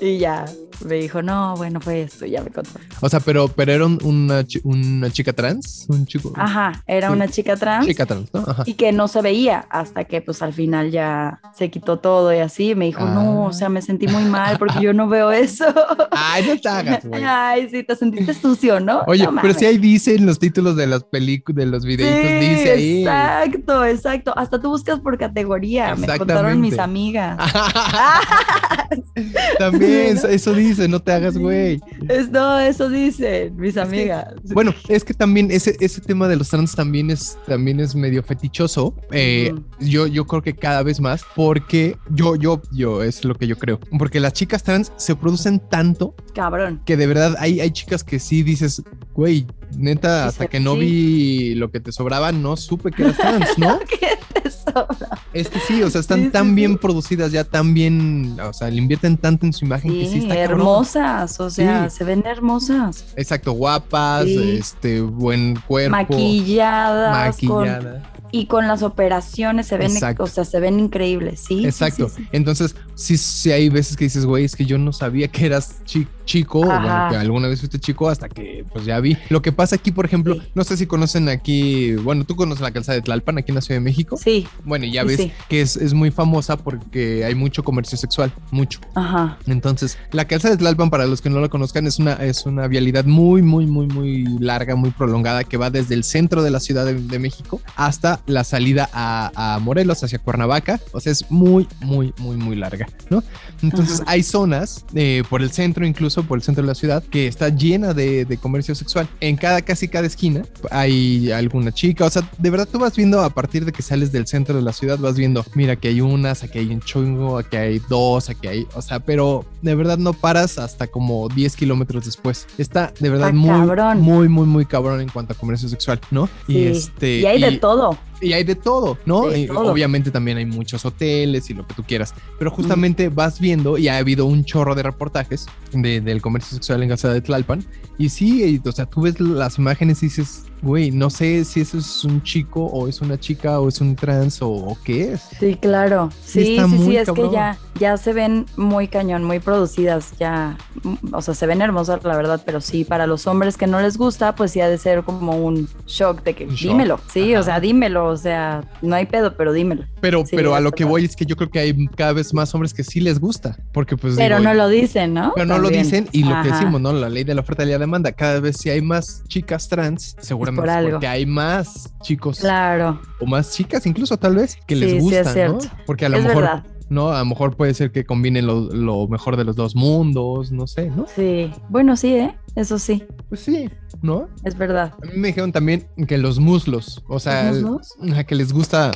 A: Y ya, me dijo, no, bueno, fue esto, y ya me contó.
B: O sea, pero, pero era un- una, chi- una chica trans, un chico.
A: Ajá, era
B: Sí.
A: una chica trans.
B: Chica trans, ¿no? Ajá.
A: y que no se veía hasta que pues al final ya se quitó todo y así me dijo no
B: Ah.
A: o sea me sentí muy mal porque yo no veo eso
B: Ay, no te hagas, güey.
A: ay sí te sentiste sucio no
B: Oye,
A: No
B: pero
A: mames.
B: si ahí dicen los títulos de las películas, de los videitos,
A: Sí,
B: dice ahí.
A: exacto exacto hasta tú buscas por categoría me contaron mis
B: Exactamente.
A: amigas
B: Ah. También,
A: Sí, ¿no?
B: eso dice, no te hagas, güey.
A: Es- no eso dicen mis amigas
B: Bueno, es que también ese, ese tema de los trans también es, también es medio fetichoso. Eh,
A: Ujú.
B: yo, yo creo que cada vez más, porque yo, yo, yo, es lo que yo creo. Porque las chicas trans se producen tanto
A: cabrón
B: que de verdad hay, hay chicas que sí dices, güey, neta,
A: Sí,
B: hasta
A: sí.
B: que no vi lo que te sobraba, no supe que eras trans, ¿no?
A: ¿Qué es eso?
B: Es que sí, o sea, están
A: Sí, sí,
B: tan bien
A: sí.
B: producidas ya, tan bien, o sea, le invierten tanto en su imagen que sí
A: Sí,
B: está cabrón.
A: hermosas, o sea, se ven hermosas,
B: Exacto, guapas,
A: Sí.
B: este, buen cuerpo,
A: maquilladas, con
B: maquillada.
A: y con las operaciones se ven,
B: Exacto.
A: o sea, se ven increíbles, sí. sí,
B: Exacto.
A: sí, sí.
B: Entonces, sí, sí hay veces que dices, güey, es que yo no sabía que eras chi- chico, o bueno,
A: Ajá.
B: que alguna vez fuiste chico hasta que pues ya vi. Lo que pasa aquí, por ejemplo,
A: Sí.
B: no sé si conocen aquí, bueno, tú conoces la calzada de Tlalpan aquí en la Ciudad de México.
A: Sí,
B: Bueno, y ya
A: Sí,
B: ves
A: sí.
B: que es, es muy famosa porque hay mucho comercio sexual, mucho.
A: ajá.
B: Entonces, la calzada de Tlalpan, para los que no la conozcan, es una, es una vialidad muy, muy, muy, muy larga, muy prolongada, que va desde el centro de la Ciudad de, de México hasta la salida a, a Morelos, hacia Cuernavaca. O sea, es muy, muy, muy, muy larga, ¿no? Entonces,
A: Ajá.
B: hay zonas eh, por el centro, incluso por el centro de la ciudad, que está llena de, de comercio sexual. En cada, casi cada esquina hay alguna chica. O sea, de verdad tú vas viendo a partir de que sales del centro de la ciudad, vas viendo, mira, que hay unas, aquí hay un chungo, aquí hay dos, aquí hay. O sea, pero de verdad no paras hasta como 10 kilómetros después. Está de verdad
A: Está
B: muy,
A: cabrón.
B: muy, muy, muy cabrón en cuanto a comercio sexual, ¿no?
A: sí.
B: este.
A: Y hay de
B: y-
A: todo.
B: y hay de todo, ¿no?
A: De
B: Y
A: todo.
B: Obviamente también hay muchos hoteles y lo que tú quieras, pero justamente vas viendo y ha habido un chorro de reportajes de- del comercio sexual en Calzada de Tlalpan y sí, y, o sea, tú ves las imágenes y dices, güey, no sé si eso es un chico o es una chica o es un trans o, o qué es.
A: Sí, claro.
B: Sí,
A: Sí, sí,
B: está
A: sí,
B: muy
A: es
B: cabrón.
A: que ya, ya se ven muy cañón, muy producidas, ya, mm, o sea, se ven hermosas, la verdad, pero sí, para los hombres que no les gusta, pues sí ha de ser como un shock de que
B: Un shock.
A: dímelo, sí,
B: Ajá.
A: o sea, dímelo, o sea, no hay pedo, pero dímelo.
B: Pero,
A: Sí,
B: pero a lo
A: está
B: que
A: padre.
B: voy es que yo creo que hay cada vez más hombres que sí les gusta, porque pues...
A: Pero
B: digo,
A: no lo dicen, ¿no?
B: Pero no lo
A: También.
B: dicen y lo que
A: Ajá.
B: decimos, ¿no? La ley de la oferta y la demanda. Cada vez si hay más chicas trans, seguramente es
A: algo.
B: porque hay más chicos
A: Claro,
B: o más chicas incluso tal vez que
A: Sí,
B: les
A: sí,
B: gusta,
A: es cierto.
B: ¿no? Porque a lo
A: es
B: mejor,
A: verdad.
B: ¿no? A lo mejor puede ser que combinen lo, lo mejor de los dos mundos, no sé, ¿no?
A: Sí. Bueno, sí, ¿eh? Eso sí,
B: Pues sí, ¿no?
A: es verdad.
B: A mí me dijeron también que los muslos, o sea,
A: ¿Los
B: el-
A: muslos?
B: ajá, que les gusta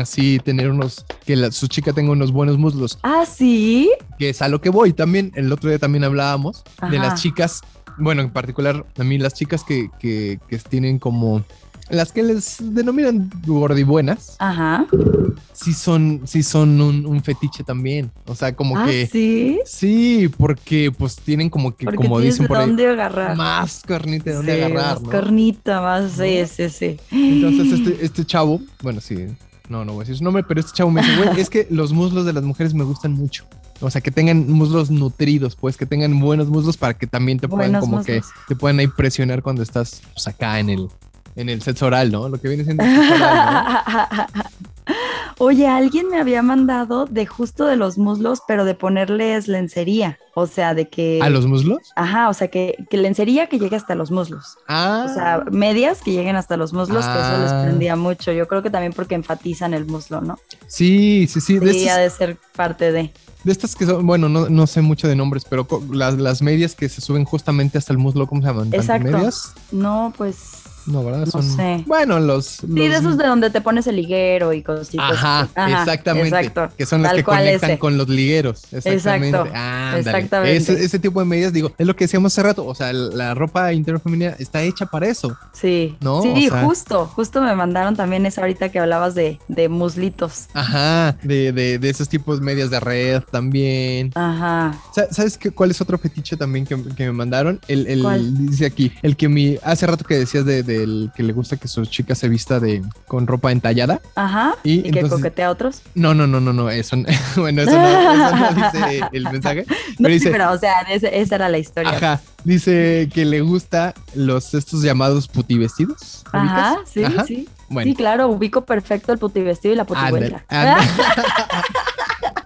B: así tener unos, que la- su chica tenga unos buenos muslos,
A: Ah, sí.
B: que es a lo que voy también, el otro día también hablábamos de
A: Ajá.
B: las chicas, bueno, en particular a mí las chicas que, que, que tienen como, las que les denominan gordibuenas,
A: Ajá.
B: sí son, sí son un, un fetiche también. O sea, como
A: ah,
B: que
A: sí.
B: sí, porque pues tienen como que,
A: Porque
B: como
A: tienes
B: dicen por
A: de
B: ahí,
A: dónde agarrar.
B: más carnita de dónde
A: Sí,
B: agarrar,
A: más
B: ¿no?
A: carnita, más. Sí, sí, sí.
B: Entonces, este, este chavo, bueno, sí, no, no voy a decir su nombre, pero este chavo me dice, güey, es que los muslos de las mujeres me gustan mucho. O sea, que tengan muslos nutridos, pues, que tengan buenos muslos para que también te puedan
A: Buenos
B: como
A: muslos.
B: que te puedan ahí presionar cuando estás pues, acá en el en el sexo oral, ¿no? Lo que viene siendo el sexo oral, ¿no?
A: Oye, alguien me había mandado de justo de los muslos, pero de ponerles lencería. O sea, de que...
B: ¿A los muslos?
A: Ajá, o sea, que, que lencería que llegue hasta los muslos.
B: Ah.
A: O sea, medias que lleguen hasta los muslos, que eso les
B: Ah.
A: prendía mucho. Yo creo que también porque enfatizan el muslo, ¿no?
B: sí, sí, sí. De,
A: Sí,
B: estas,
A: ha de ser parte de.
B: de estas que son, bueno, no, no sé mucho de nombres, pero co- las, las medias que se suben justamente hasta el muslo, ¿cómo se llaman?
A: Exacto.
B: ¿Medias?
A: No, pues.
B: No, ¿verdad?
A: No sé.
B: Bueno, los.
A: Sí,
B: los-
A: de esos de donde te pones el liguero y cositas.
B: Ajá,
A: así. Ajá,
B: exactamente.
A: Exacto.
B: Que son las
A: Tal
B: que
A: cual
B: conectan
A: ese.
B: con los ligueros. Exactamente.
A: Exacto,
B: Ándale.
A: exactamente.
B: Ese, ese tipo de medidas, digo, es lo que decíamos hace rato. O sea, la ropa interfemenina está hecha para eso.
A: Sí.
B: ¿No?
A: Sí,
B: O sea-
A: justo, justo me mandaron también esa ahorita que hablabas de, de muslitos.
B: Ajá. De, de, de esos tipos de medias de red también.
A: Ajá.
B: Sa- ¿Sabes qué, cuál es otro fetiche también que, que me mandaron? El, el-
A: ¿Cuál?
B: dice aquí, el que mi hace rato que decías de- del que le gusta que su chica se vista de con ropa entallada.
A: Ajá.
B: Y
A: Y, que
B: entonces-
A: coquetea a otros.
B: No, no, no, no, no, eso, n- bueno, eso no, eso no dice el mensaje.
A: No,
B: Pero
A: sí,
B: dice,
A: pero o sea, ese- esa era la historia.
B: Ajá, dice que le gusta los estos llamados putivestidos. ¿ubicas?
A: Ajá, sí,
B: Ajá,
A: sí.
B: Bueno,
A: Sí, claro, ubico perfecto el putivestido y la putivuelta.
B: ándale,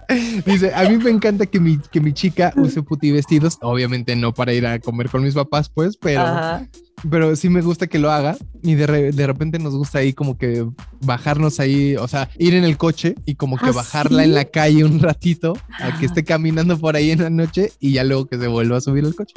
B: ándale. dice, a mí me encanta que mi, que mi chica use putivestidos, obviamente no para ir a comer con mis papás, pues, pero,
A: Ajá.
B: pero sí me gusta que lo haga y de, re- de repente nos gusta ahí como que bajarnos ahí, o sea, ir en el coche y como que
A: ¿Ah,
B: bajarla
A: sí? Ah.
B: en la calle un ratito a que esté caminando por ahí en la noche y ya luego que se vuelva a subir al coche.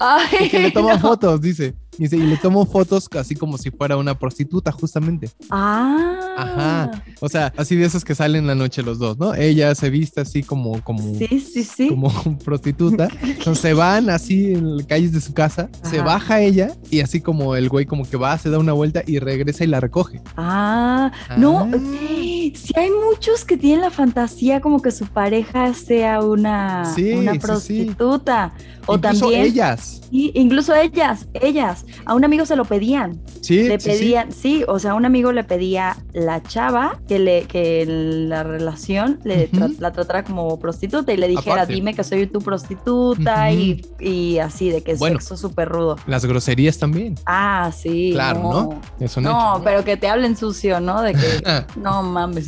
A: Ay,
B: que le toma
A: no.
B: fotos, dice. Dice, y le tomo fotos así como si fuera una prostituta, justamente.
A: Ah.
B: Ajá. O sea, así de esos que salen la noche los dos, ¿no? Ella se viste así como, como,
A: Sí, sí, sí.
B: como prostituta. Entonces se van así en las calles de su casa, se
A: Ajá.
B: baja ella y así como el güey como que va, se da una vuelta y regresa y la recoge.
A: Ah, no,
B: Ah.
A: sí sí hay muchos que tienen la fantasía como que su pareja sea una,
B: Sí,
A: una
B: sí, sí.
A: prostituta. O
B: Incluso
A: también,
B: ellas.
A: sí, incluso ellas, ellas. A un amigo se lo pedían,
B: Sí,
A: le
B: sí, sí.
A: pedían, sí. o sea, a un amigo le pedía la chava que le que la relación le tra-
B: Ujú. Ah,
A: la tratara como prostituta y le dijera,
B: Aparte.
A: dime que soy tu prostituta y, y así, de que es
B: Bueno.
A: sexo súper rudo.
B: Las groserías también.
A: Ah, sí.
B: Claro, ¿no? Es un
A: No,
B: hecho.
A: pero que te hablen sucio, ¿no? De que
B: Ah.
A: no mames.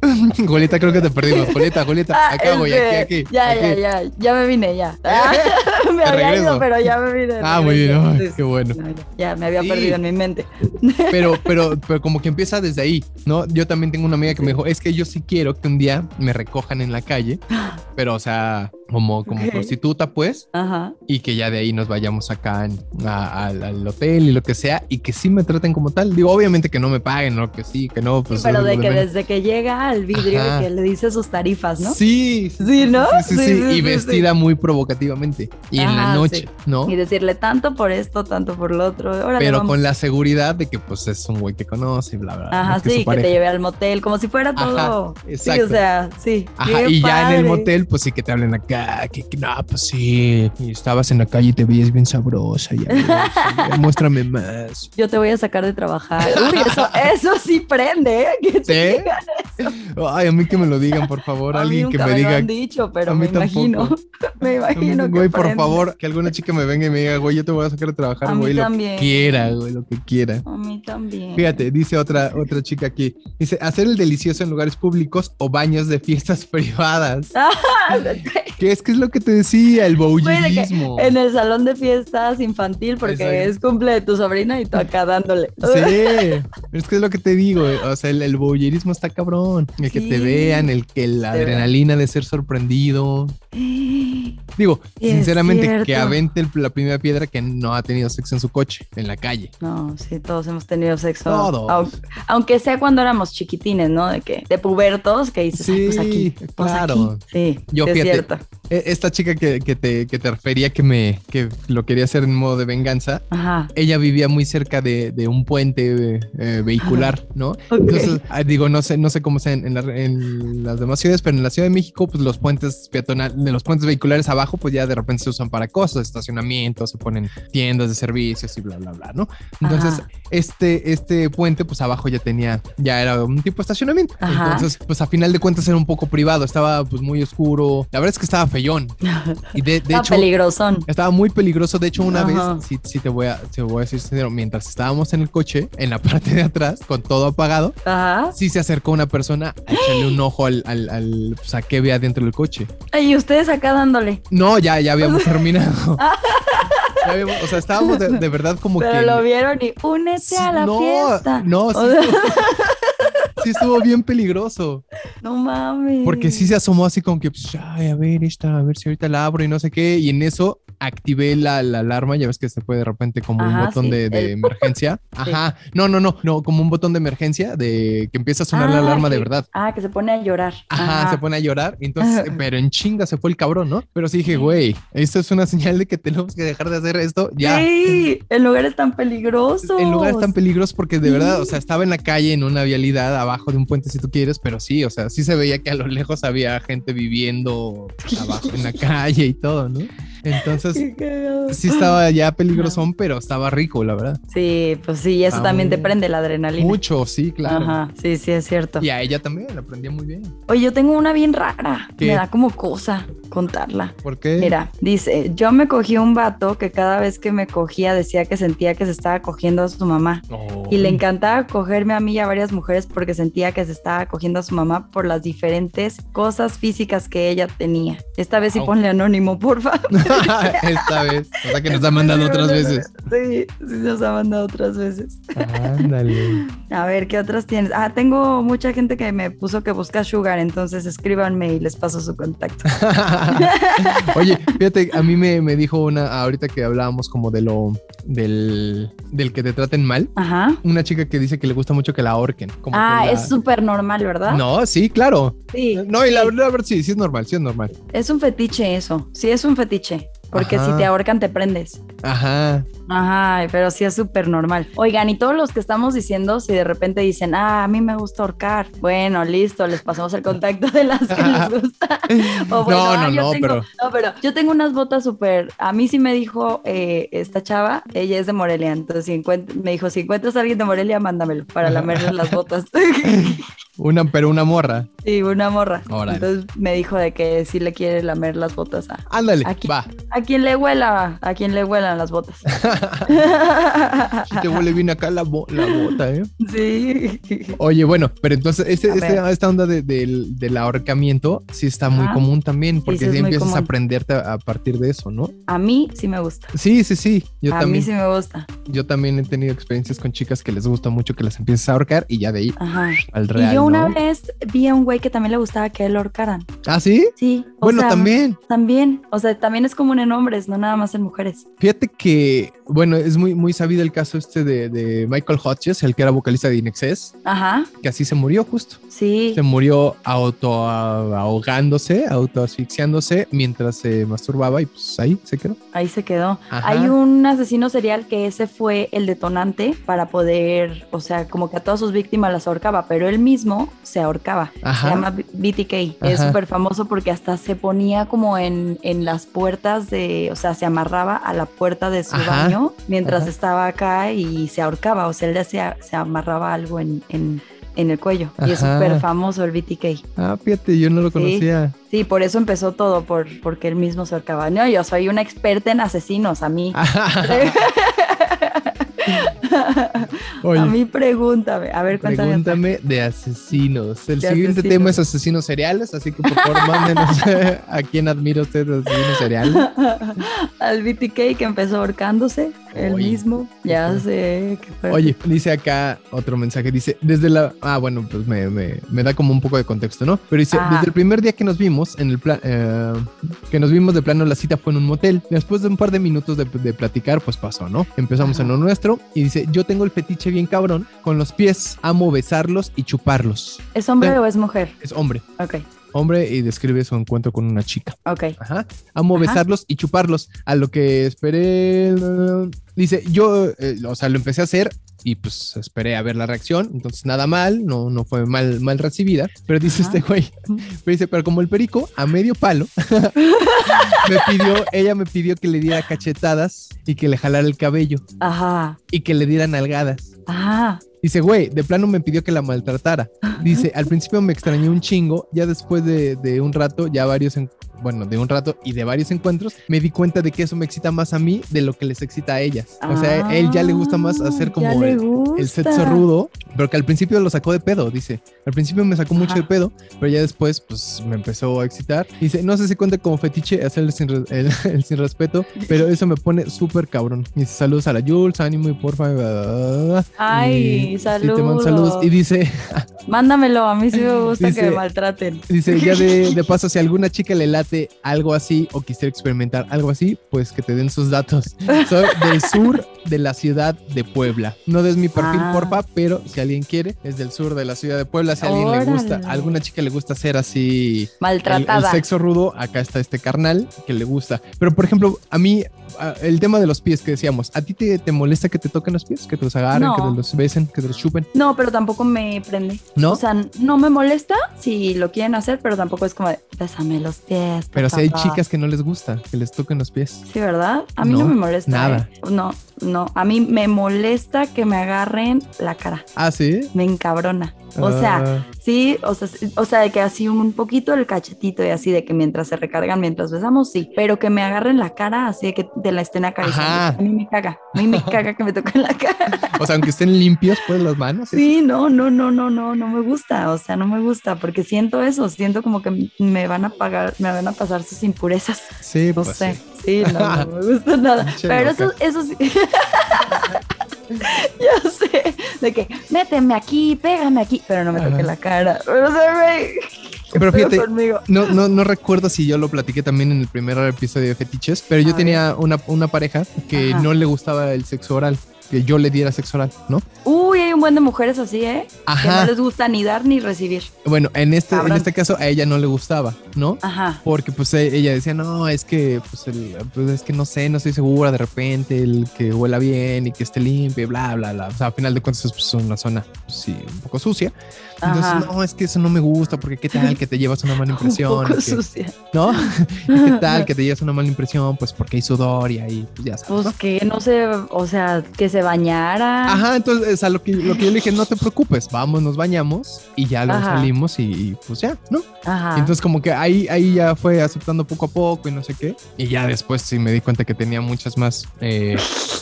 B: Julieta, creo que te perdimos. Julieta, Julieta,
A: Ah,
B: acá voy, aquí,
A: este,
B: aquí.
A: Ya,
B: aquí.
A: ya, ya. Ya me vine, ya. Ah, me
B: de
A: había
B: regreso.
A: ido, pero ya me vine. de
B: Ah, muy bien,
A: regreso.
B: ay,
A: Sí, sí,
B: qué bueno.
A: no, ya, Ya me había
B: Sí.
A: perdido en mi mente.
B: Pero, pero, pero como que empieza desde ahí, ¿no? Yo también tengo una amiga que me dijo, es que yo sí quiero que un día me recojan en la calle, pero o sea, como, como
A: Ok.
B: prostituta, pues,
A: Ajá.
B: y que ya de ahí nos vayamos acá en- a- al- al hotel y lo que sea, y que sí me traten como tal. Digo, obviamente que no me paguen, ¿no? Que sí, que no,
A: Sí,
B: pues.
A: pero
B: es lo
A: de que
B: menos.
A: desde que llega al vidrio
B: Ajá.
A: y que le dice sus tarifas, ¿no?
B: Sí, sí,
A: Sí, ¿no?
B: sí, sí, y vestida muy provocativamente, y en la
A: Ajá,
B: noche,
A: sí.
B: ¿no?
A: Y decirle tanto por esto, tanto por lo otro. Órale,
B: Pero
A: vamos.
B: con la seguridad de que pues es un güey que conoce y bla bla. bla,
A: Ajá,
B: es que
A: sí,
B: su
A: que
B: pareja.
A: te lleve al motel, como si fuera
B: Ajá,
A: todo. Sí,
B: exacto.
A: o sea, sí.
B: Ajá,
A: Qué
B: y ya en el
A: padre.
B: motel, pues sí que te hablen acá, que, que no, pues sí, y estabas en la calle y te veías bien sabrosa, ya, ves, ya, muéstrame más.
A: Yo te voy a sacar de trabajar. Uy, eso, eso sí prende, ¿eh? Que te
B: ¿Sí?
A: digan
B: Ay, a mí que me lo digan, por favor,
A: A mí
B: alguien que
A: nunca
B: me
A: me lo
B: diga.
A: han dicho, pero
B: a mí
A: me imagino.
B: tampoco.
A: Me imagino que
B: Güey, por
A: prende.
B: favor, que alguna chica me venga y me diga, güey, yo te voy a sacar a trabajar,
A: A mí
B: güey, lo que
A: también.
B: quiera, güey, lo que quiera.
A: A mí también.
B: Fíjate, dice otra, otra chica aquí, dice, hacer el delicioso en lugares públicos o baños de fiestas privadas.
A: Ah,
B: ¿Qué es, que es lo que te decía? El
A: Güey, de que
B: boullismo.
A: en el salón de fiestas infantil, porque
B: Exacto.
A: es cumple de tu sobrina y tú acá dándole.
B: Sí, es que es lo que te digo, eh, o sea, el, el voyerismo está cabrón, el que te
A: Sí.
B: vean, el que la
A: Te vean.
B: adrenalina de ser sorprendido. Digo,
A: Sí, es
B: sinceramente, que
A: cierto.
B: avente el- la primera piedra que no ha tenido sexo en su coche, en la calle.
A: No, sí, todos hemos tenido sexo.
B: Todos.
A: Au- Aunque sea cuando éramos chiquitines, ¿no? De que, de pubertos, que dices, "Ay, pues
B: Sí,
A: aquí, pues
B: claro.
A: aquí". Sí,
B: Yo,
A: sí es
B: fíjate,
A: cierto.
B: E- Esta chica que, que te, que te refería que me que lo quería hacer en modo de venganza,
A: Ajá.
B: ella vivía muy cerca de, de un puente eh, eh, vehicular, ¿no?
A: Ok.
B: Entonces, ah, digo, no sé, no sé cómo sea en, en la- en las demás ciudades, pero en la Ciudad de México, pues los puentes peatonales, de los puentes vehiculares abajo, pues ya de repente se usan para cosas, estacionamientos, se ponen tiendas de servicios y bla, bla, bla, ¿no? Entonces,
A: Ajá.
B: este, este puente, pues abajo ya tenía, ya era un tipo de estacionamiento.
A: Ajá.
B: Entonces, pues a final de cuentas era un poco privado, estaba pues muy oscuro. La verdad es que estaba feyón. Y de, de
A: Está
B: hecho,
A: Ah, peligrosón.
B: estaba muy peligroso. De hecho, una
A: Ajá.
B: vez, sí, sí te, voy a, te voy a decir sincero, mientras estábamos en el coche, en la parte de atrás, con todo apagado,
A: Ajá.
B: sí se acercó una persona a echarle un ojo al, al, al pues, a qué había dentro del coche.
A: Ay, Y ustedes acá dándole.
B: No, ya, ya habíamos terminado. Ya habíamos- o sea, estábamos de, de verdad como
A: Pero
B: que.
A: lo vieron y únete
B: Sí,
A: a la
B: no,
A: fiesta.
B: no, sí
A: O sea,
B: estuvo- sí estuvo bien peligroso.
A: no mames.
B: Porque sí se asomó así como que, pues, ay, a ver, esta, a ver si ahorita la abro y no sé qué. Y en eso activé la, la alarma, ya ves que se puede de repente como un
A: Ajá,
B: botón
A: sí,
B: de, de
A: el-
B: emergencia. Ajá, no, no, no, no, como un botón de emergencia de que empieza a sonar la
A: Ah,
B: alarma de
A: que-
B: verdad.
A: Ah, que se pone a llorar.
B: Ajá, se pone a llorar. Entonces,
A: Ajá.
B: pero en chinga se fue el cabrón, ¿no? Pero sí dije, güey, esto es una señal de que tenemos que dejar de hacer esto ya.
A: Sí, en lugares tan peligrosos.
B: En lugares tan peligrosos porque de
A: Sí.
B: verdad, o sea, estaba en la calle, en una vialidad, abajo de un puente si tú quieres, pero sí, o sea, sí se veía que a lo lejos había gente viviendo abajo en la calle y todo, ¿no? Entonces,
A: Qué cagado.
B: sí estaba ya peligrosón, pero estaba rico, la verdad.
A: Sí, pues sí, eso
B: Ah,
A: también te
B: muy-
A: prende la adrenalina.
B: Mucho, sí, claro.
A: Ajá, sí, sí, es cierto.
B: Y a ella también, la aprendía muy bien.
A: Oye, yo tengo una bien rara.
B: ¿Qué? ¿Eh?
A: Me da como cosa contarla.
B: ¿Por qué?
A: Mira, dice, yo me cogí un vato que cada vez que me cogía decía que sentía que se estaba cogiendo a su mamá.
B: Oh.
A: Y le encantaba cogerme a mí y a varias mujeres porque sentía que se estaba cogiendo a su mamá por las diferentes cosas físicas que ella tenía. Esta vez sí
B: Wow.
A: ponle anónimo, por favor.
B: Esta vez. O sea que nos ha mandado otras veces.
A: Sí, sí nos ha mandado otras veces.
B: Ándale.
A: A ver, ¿qué otras tienes? Ah, tengo mucha gente que me puso que busca Sugar, entonces escríbanme y les paso su contacto.
B: Oye, fíjate, a mí me, me dijo una, ahorita que hablábamos como de lo, del, del que te traten mal,
A: Ajá.
B: una chica que dice que le gusta mucho que la ahorquen. como que
A: Ah,
B: la-
A: es súper normal, ¿verdad?
B: No, sí, claro.
A: Sí.
B: No, y la
A: sí.
B: verdad, sí, sí es normal, sí es normal.
A: Es un fetiche eso. Sí, es un fetiche. Porque
B: Ajá.
A: si te ahorcan, te prendes.
B: Ajá.
A: Ajá, pero sí es súper normal. Oigan, y todos los que estamos diciendo, si de repente dicen, ah, a mí me gusta ahorcar. Bueno, listo, les pasamos el contacto de las que les gusta. O bueno,
B: no,
A: ah,
B: no,
A: yo
B: no,
A: tengo-
B: pero
A: No, pero yo tengo unas botas súper. A mí sí me dijo eh, esta chava, ella es de Morelia. Entonces, si encuent- me dijo, si encuentras a alguien de Morelia, mándamelo para lamerle las botas.
B: una, pero una morra.
A: Sí, una morra.
B: Órale.
A: Entonces me dijo de que sí le quiere lamer las botas a,
B: Ándale,
A: Aquí.
B: va.
A: a quien le huela, a quien le huelan las botas.
B: Sí te huele bien acá la, bo- la bota, ¿eh?
A: sí.
B: Oye, bueno, pero entonces este-
A: A
B: este-
A: ver.
B: esta onda de- del- del ahorcamiento sí está muy
A: Ajá.
B: común también, porque
A: sí es
B: sí
A: muy
B: empiezas a
A: común.
B: aprenderte a, a partir de eso, ¿no?
A: A mí sí me gusta.
B: Sí, sí, sí. Yo
A: a
B: también,
A: mí sí me gusta.
B: yo también he tenido experiencias con chicas que les gusta mucho que las empieces a ahorcar y ya de ahí
A: Ajá.
B: al real.
A: y yo una
B: ¿no?
A: vez vi a un güey que también le gustaba que él lo ahorcaran.
B: ¿Ah, sí?
A: Sí. o
B: Bueno,
A: sea,
B: también.
A: También. O sea, también es común en hombres, no nada más en mujeres.
B: Fíjate que, bueno, es muy, muy sabido el caso este de, de Michael Hodges, el que era vocalista de Inexcess,
A: Ajá.
B: que así se murió justo.
A: Sí.
B: Se murió auto a- ahogándose, autoasfixiándose mientras se masturbaba y pues ahí se quedó.
A: Ahí se quedó.
B: Ajá.
A: Hay un asesino serial que ese fue el detonante para poder, o sea, como que a todas sus víctimas las ahorcaba, pero él mismo se ahorcaba.
B: Ajá.
A: Se llama B- BTK. Es
B: Ajá.
A: súper famoso porque hasta se ponía como en, en las puertas de, o sea, se amarraba a la puerta de su
B: Ajá.
A: baño mientras
B: Ajá.
A: estaba acá y se ahorcaba, o sea, él se, a- se amarraba algo en, en- en el cuello. Y es
B: Ajá.
A: súper famoso el BTK.
B: Ah, fíjate, yo no lo conocía.
A: Sí, por eso empezó todo, por, porque él mismo se ahorcaba. No, yo soy una experta en asesinos, a
B: Ah,
A: mí. A
B: Oye,
A: mí pregúntame. A ver, cuéntame.
B: pregúntame de asesinos. El
A: De
B: siguiente
A: asesinos.
B: tema es asesinos seriales, así que por favor mándenos a quién admira usted de asesinos seriales.
A: Al BTK que empezó ahorcándose, el
B: Oye,
A: mismo. Ya
B: ujú.
A: sé. qué fuerte.
B: Oye, dice acá otro mensaje, dice, desde la... Ah, bueno, pues me, me- me da como un poco de contexto, ¿no? Pero dice,
A: Ajá.
B: desde el primer día que nos vimos, en el plan... eh, que nos vimos de plano, la cita fue en un motel. Después de un par de minutos de, de platicar, pues pasó, ¿no? Empezamos
A: Ajá.
B: en lo nuestro y dice, yo tengo el fetiche bien cabrón con los pies, amo besarlos y chuparlos.
A: ¿Es hombre
B: te-
A: o es mujer?
B: Es hombre,
A: Ok,
B: hombre y describe su encuentro con una chica.
A: ok.
B: Ajá. Amo
A: Ajá.
B: besarlos y chuparlos. A lo que esperé. eh, Dice, yo, eh, o sea, lo empecé a hacer y pues esperé a ver la reacción. Entonces, nada mal, no, no fue mal, mal recibida. Pero dice
A: Ajá.
B: este güey, pero dice, pero como el perico, a medio palo, me pidió, ella me pidió que le diera cachetadas y que le jalara el cabello
A: Ajá,
B: y que le diera nalgadas.
A: ajá.
B: Dice, güey, de plano me pidió que la maltratara. Dice, al principio me extrañé un chingo, ya después de, de un rato, ya varios en- bueno, de un rato y de varios encuentros, me di cuenta de que eso me excita más a mí de lo que les excita a ellas. o sea,
A: Ah,
B: él ya le gusta más hacer
A: ya
B: como
A: le
B: el, el
A: gusta.
B: sexo rudo, pero que al principio lo sacó de pedo, dice. Al principio me sacó mucho
A: Ajá.
B: de pedo, pero ya después, pues, me empezó a excitar. Dice, no sé si cuenta como fetiche hacer el sin, re- el- el sin respeto, pero eso me pone súper cabrón. Dice, saludos a la Jules, ánimo y porfa. bla, bla, bla, bla".
A: Ay,
B: Y sí, te
A: saludos.
B: mando saludos. Y dice,
A: Mándamelo, a mí sí me gusta
B: Dice-
A: que me maltraten.
B: Dice, ya de, de paso, si a alguna chica le late algo así o quisiera experimentar algo así, pues que te den sus datos. Soy del sur de la ciudad de Puebla. No des mi perfil,
A: Ah.
B: porfa, pero si alguien quiere, es del sur de la ciudad de Puebla. Si a alguien le gusta,
A: Órale.
B: a alguna chica le gusta ser así el, el
A: Maltratada.
B: sexo rudo, acá está este carnal que le gusta. Pero, por ejemplo, a mí, a- el tema de los pies que decíamos, ¿a ti te, te molesta que te toquen los pies? Que te los agarren,
A: No.
B: que te los besen, que te los chupen,
A: No, pero tampoco me prende.
B: ¿no?
A: O sea, no me molesta si lo quieren hacer, pero tampoco es como de, bésame los pies. por
B: pero si hay
A: favor".
B: chicas que no les gusta que les toquen los pies.
A: Sí, ¿verdad? A mí no,
B: No,
A: me molesta.
B: nada.
A: ¿eh? No, no. A mí me molesta que me agarren la cara.
B: Ah, sí.
A: Me encabrona. O sea,
B: Ah,
A: Sí, o sea, s- o sea, de que así un poquito el cachetito y así de que mientras se recargan, mientras besamos, sí, pero que me agarren la cara así de que te la estén acariciando.
B: Ajá.
A: A mí me caga, a mí me caga que me toquen la cara.
B: Ah. o sea, aunque estén limpios, pues las manos. eso.
A: Sí, no, no, no, no, no, no me gusta, o sea, no me gusta porque siento eso, siento como que me van a pagar, me van a pasar sus impurezas.
B: Sí,
A: No
B: pues
A: sé,
B: sí.
A: sí, no, no me gusta nada.
B: Pinche
A: Pero
B: loca.
A: eso, eso sí. ya sé, de que méteme aquí, pégame aquí, pero no me toque
B: Ajá.
A: la cara. Pero se ve.
B: Pero fíjate,
A: conmigo.
B: no, no, no recuerdo si yo lo platiqué también en el primer episodio de Fetiches, pero yo
A: A
B: tenía una, una pareja que
A: Ajá.
B: no le gustaba el sexo oral, que yo le diera sexo oral, ¿no?
A: Uy, hay un buen de mujeres así, ¿eh? Que no
B: Ajá.
A: les gusta ni dar ni recibir.
B: Bueno, en este, en
A: Cabrón.
B: este caso a ella no le gustaba, ¿no?
A: Ajá.
B: Porque pues e- ella decía, no, es que, pues, el- pues, es que no sé, no estoy segura de repente, el que huela bien y que esté limpio, y bla, bla, bla. O sea, al final de cuentas es pues, una zona, pues, sí, un poco sucia. Entonces,
A: Ajá.
B: no, es que eso no me gusta, porque qué tal que te llevas una mala
A: un
B: impresión,
A: poco
B: que-
A: sucia.
B: ¿no? ¿Y qué tal que te llevas una mala impresión? Pues porque hay sudor y ahí, pues ya sabes. ¿no?
A: Pues ah. que no sé, o sea, que se bañara.
B: Ajá, entonces, a lo que, lo que yo le dije, no te preocupes, vamos, nos bañamos y ya luego
A: Ajá.
B: salimos y, y, pues ya, ¿no?
A: Ajá.
B: Entonces, como que ahí, ahí ya fue aceptando poco a poco y no sé qué. Y ya después sí me di cuenta que tenía muchas más, eh,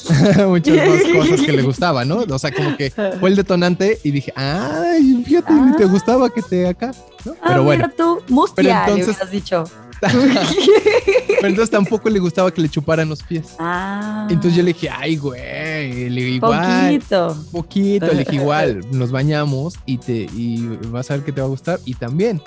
B: muchas más cosas que le gustaba, ¿no? O sea, como que fue el detonante y dije, ay, fíjate, ni te
A: Ah.
B: gustaba que te acá, ¿no?
A: Ah,
B: Pero bueno.
A: mira tú, mustia,
B: Pero
A: le
B: entonces-
A: hubieras dicho.
B: Pero entonces tampoco le gustaba que le chuparan los pies.
A: ah,
B: Entonces yo le dije, ay, güey, le digo, igual,
A: poquito.
B: poquito, le dije, igual, nos bañamos y te y vas a ver que te va a gustar. Y también,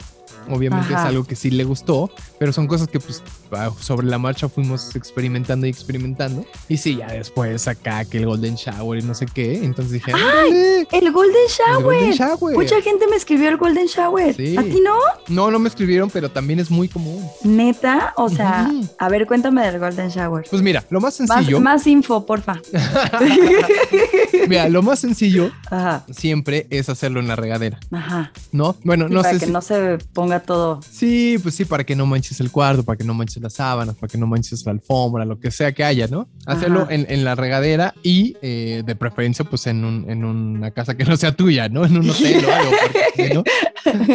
B: obviamente
A: Ajá.
B: es algo que sí le gustó, pero son cosas que pues ah, sobre la marcha fuimos experimentando y experimentando. Y sí, ya después acá que el Golden Shower y no sé qué. Entonces dije, ¡Ay!
A: El Golden Shower.
B: El Golden Shower.
A: Mucha gente me escribió el Golden Shower.
B: Sí.
A: ¿A ti no?
B: No, no me escribieron, pero también es muy común.
A: Neta, o sea,
B: Ujú.
A: a ver, cuéntame del Golden Shower.
B: Pues mira, lo más
A: Más,
B: sencillo,
A: más info, porfa.
B: mira, lo más sencillo
A: Ajá,
B: siempre es hacerlo en la regadera,
A: ajá.
B: ¿no? Bueno,
A: Sí,
B: no
A: para
B: sé
A: que
B: si-
A: no se ponga todo.
B: Sí, pues sí, para que no manches el cuarto, para que no manches las sábanas, para que no manches la alfombra, lo que sea que haya, ¿no? Hacerlo
A: Ajá.
B: en, en la regadera y eh, de preferencia, pues en, un- en una casa que no sea tuya, ¿no? En un hotel o algo. porque, ¿no?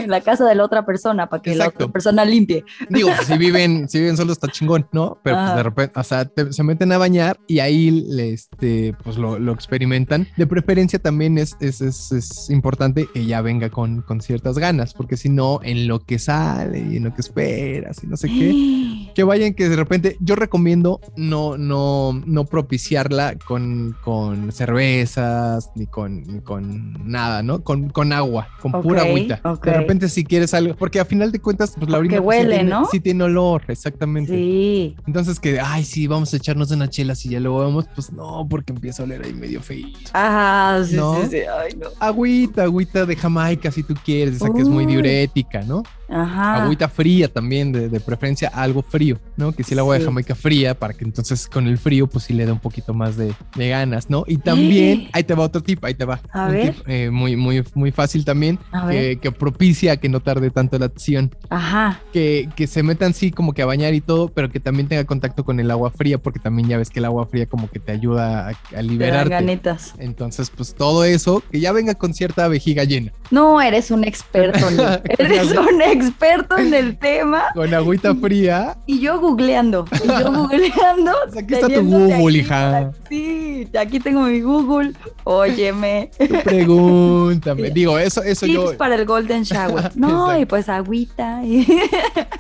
A: la casa de la otra persona para que la
B: Exacto.
A: otra persona limpie.
B: Digo, pues, si viven, si viven solos está chingón, ¿no? Pero pues,
A: Ajá.
B: de repente, o sea, te- se meten a bañar y ahí le- este, pues lo, lo experimentan. De preferencia también es, es, es, es importante que ya venga con, con ciertas ganas, porque si no, en lo que sale y en lo que esperas y no sé qué. que vayan, que de repente yo recomiendo no, no, no propiciarla con, con cervezas ni con, ni con nada, ¿no? Con, con agua, con pura
A: Ok,
B: agüita.
A: ok.
B: De repente si quieres algo, porque a final de cuentas, pues la orina
A: Porque
B: pues, sí
A: huele,
B: tiene-
A: ¿no?
B: Sí tiene olor, exactamente.
A: Sí.
B: Entonces que, ay, sí, vamos a echarnos una chela si ya lo vamos, pues no, porque empieza a oler ahí medio feito.
A: Ajá, sí,
B: ¿No?
A: sí, sí. Ay, no.
B: Agüita, agüita de Jamaica si tú quieres, esa que es muy
A: Uy.
B: diurética, ¿no?
A: Ajá.
B: agüita fría también, de, de preferencia algo frío, ¿no? Que si el agua
A: Sí.
B: de Jamaica fría, para que entonces con el frío, pues sí le dé un poquito más de, de ganas, ¿no? Y también, ahí te va otro tip, ahí te va.
A: A
B: Un
A: ver.
B: tip, eh, muy, muy, muy fácil también,
A: A ver.
B: que, que propicia que no tarde tanto la acción.
A: Ajá.
B: Que, que se metan, sí, como que a bañar y todo, pero que también tenga contacto con el agua fría, porque también ya ves que el agua fría como que te ayuda a, a
A: Te dan
B: liberarte.
A: ganitas.
B: Entonces, pues todo eso, que ya venga con cierta vejiga llena.
A: No, eres un experto, Nick. eres un experto en el tema.
B: Con agüita fría.
A: Y yo googleando, y yo googleando.
B: Pues aquí está tu Google,
A: aquí,
B: hija.
A: Sí, aquí tengo mi Google. Óyeme.
B: Tú pregúntame. Digo, eso, eso
A: Tips
B: yo.
A: para el Golden Shower. No,
B: Exacto.
A: y pues agüita. y-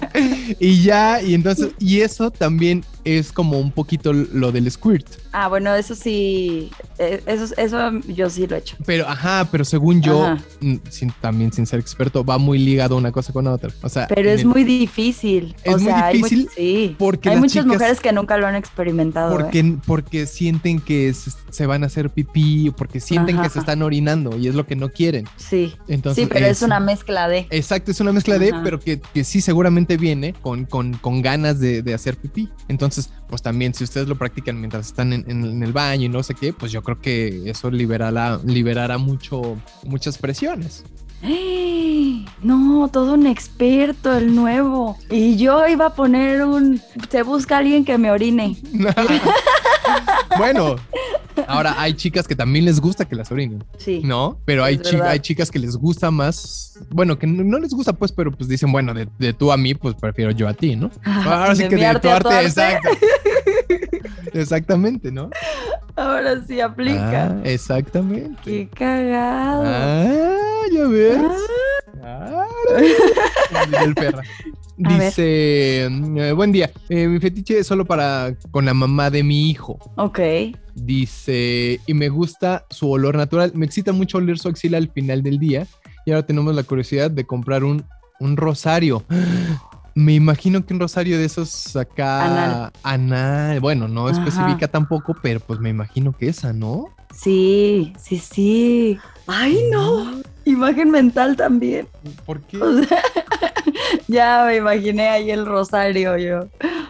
B: Y ya, y entonces, y eso también es como un poquito lo del squirt.
A: Ah, bueno, eso sí, eh, eso, eso yo sí lo he hecho.
B: Pero, ajá, pero según yo,
A: Ajá.
B: mm, sin- también sin ser experto, va muy ligado una cosa con la otra. O sea,
A: Pero
B: en
A: es
B: el-
A: muy difícil.
B: Es
A: o
B: muy
A: sea, hay much-
B: difícil
A: sí.
B: porque
A: hay
B: las
A: muchas
B: chicas-
A: mujeres que nunca lo han experimentado. ¿eh?
B: porque, porque sienten que se, se van a hacer pipí, porque sienten que
A: Ajá.
B: se están orinando y es lo que no quieren.
A: Sí.
B: Entonces,
A: sí, pero es una mezcla de.
B: Exacto, es una mezcla de,
A: Ajá.
B: pero que, que sí seguramente viene con, con, con ganas de, de hacer pipí. Entonces, pues también si ustedes lo practican mientras están en, en- en el baño y no sé qué, pues yo creo que eso liberará, liberará mucho, muchas presiones.
A: ¡Ay! ¡Ah! No, todo un experto, el nuevo. Y yo iba a poner un. Se busca alguien que me orine.
B: bueno, ahora hay chicas que también les gusta que las orinen,
A: Sí.
B: ¿no? Pero hay,
A: Es
B: chi-
A: verdad.
B: hay chicas que les gusta más, bueno, que no, no les gusta pues, pero pues dicen, bueno, de, de tú a mí, pues prefiero yo a ti, ¿no? Ahora sí
A: De
B: que
A: mi
B: de tu
A: arte a tu
B: arte,
A: arte.
B: exacto. Exactamente, ¿no?
A: Ahora sí aplica.
B: Ah, exactamente.
A: Qué cagado.
B: Ah, ya ves. Ah, dice el perra.
A: A ver.
B: Dice, eh, buen día. Eh, mi fetiche es solo para con la mamá de mi hijo.
A: Ok.
B: Dice, y me gusta su olor natural. Me excita mucho oler su axila al final del día. Y ahora tenemos la curiosidad de comprar un, un rosario. Me imagino que un rosario de esos acá anal. Bueno, no
A: Ajá.
B: especifica tampoco, pero pues me imagino que esa, ¿no?
A: Sí, sí, sí. Ay,
B: Ah.
A: no. Imagen mental también.
B: ¿Por qué?
A: O sea, ya me imaginé ahí el rosario yo.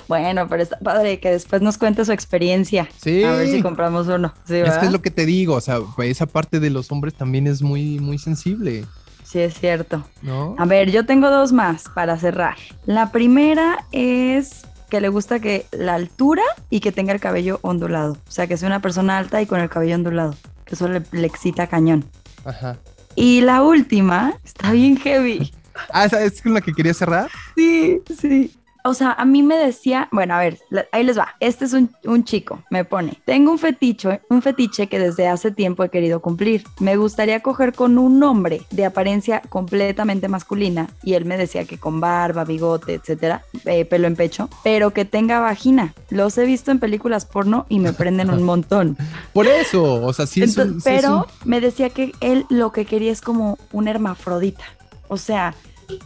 A: Bueno, pero está padre que después nos cuente su experiencia.
B: Sí.
A: A ver si compramos uno. Sí,
B: Es
A: ¿verdad?
B: que es lo que te digo, o sea, pues, esa parte de los hombres también es muy, muy sensible,
A: sí, es cierto.
B: ¿no?
A: A ver, yo tengo dos más para cerrar. La primera es que le gusta que la altura y que tenga el cabello ondulado. O sea, que sea una persona alta y con el cabello ondulado. Que eso le, le excita cañón.
B: Ajá.
A: Y la última está bien heavy.
B: Ah, ¿esa es con la que quería cerrar?
A: Sí, sí. O sea, a mí me decía, bueno, a ver, la- ahí les va. Este es un, un chico, me pone. Tengo un fetiche, un fetiche que desde hace tiempo he querido cumplir. Me gustaría coger con un hombre de apariencia completamente masculina y él me decía que con barba, bigote, etcétera, eh, pelo en pecho, pero que tenga vagina. Los he visto en películas porno y me prenden un montón.
B: Por eso, o sea, sí es
A: Entonces,
B: un- sí es un-
A: pero me decía que él lo que quería es como un hermafrodita. O sea,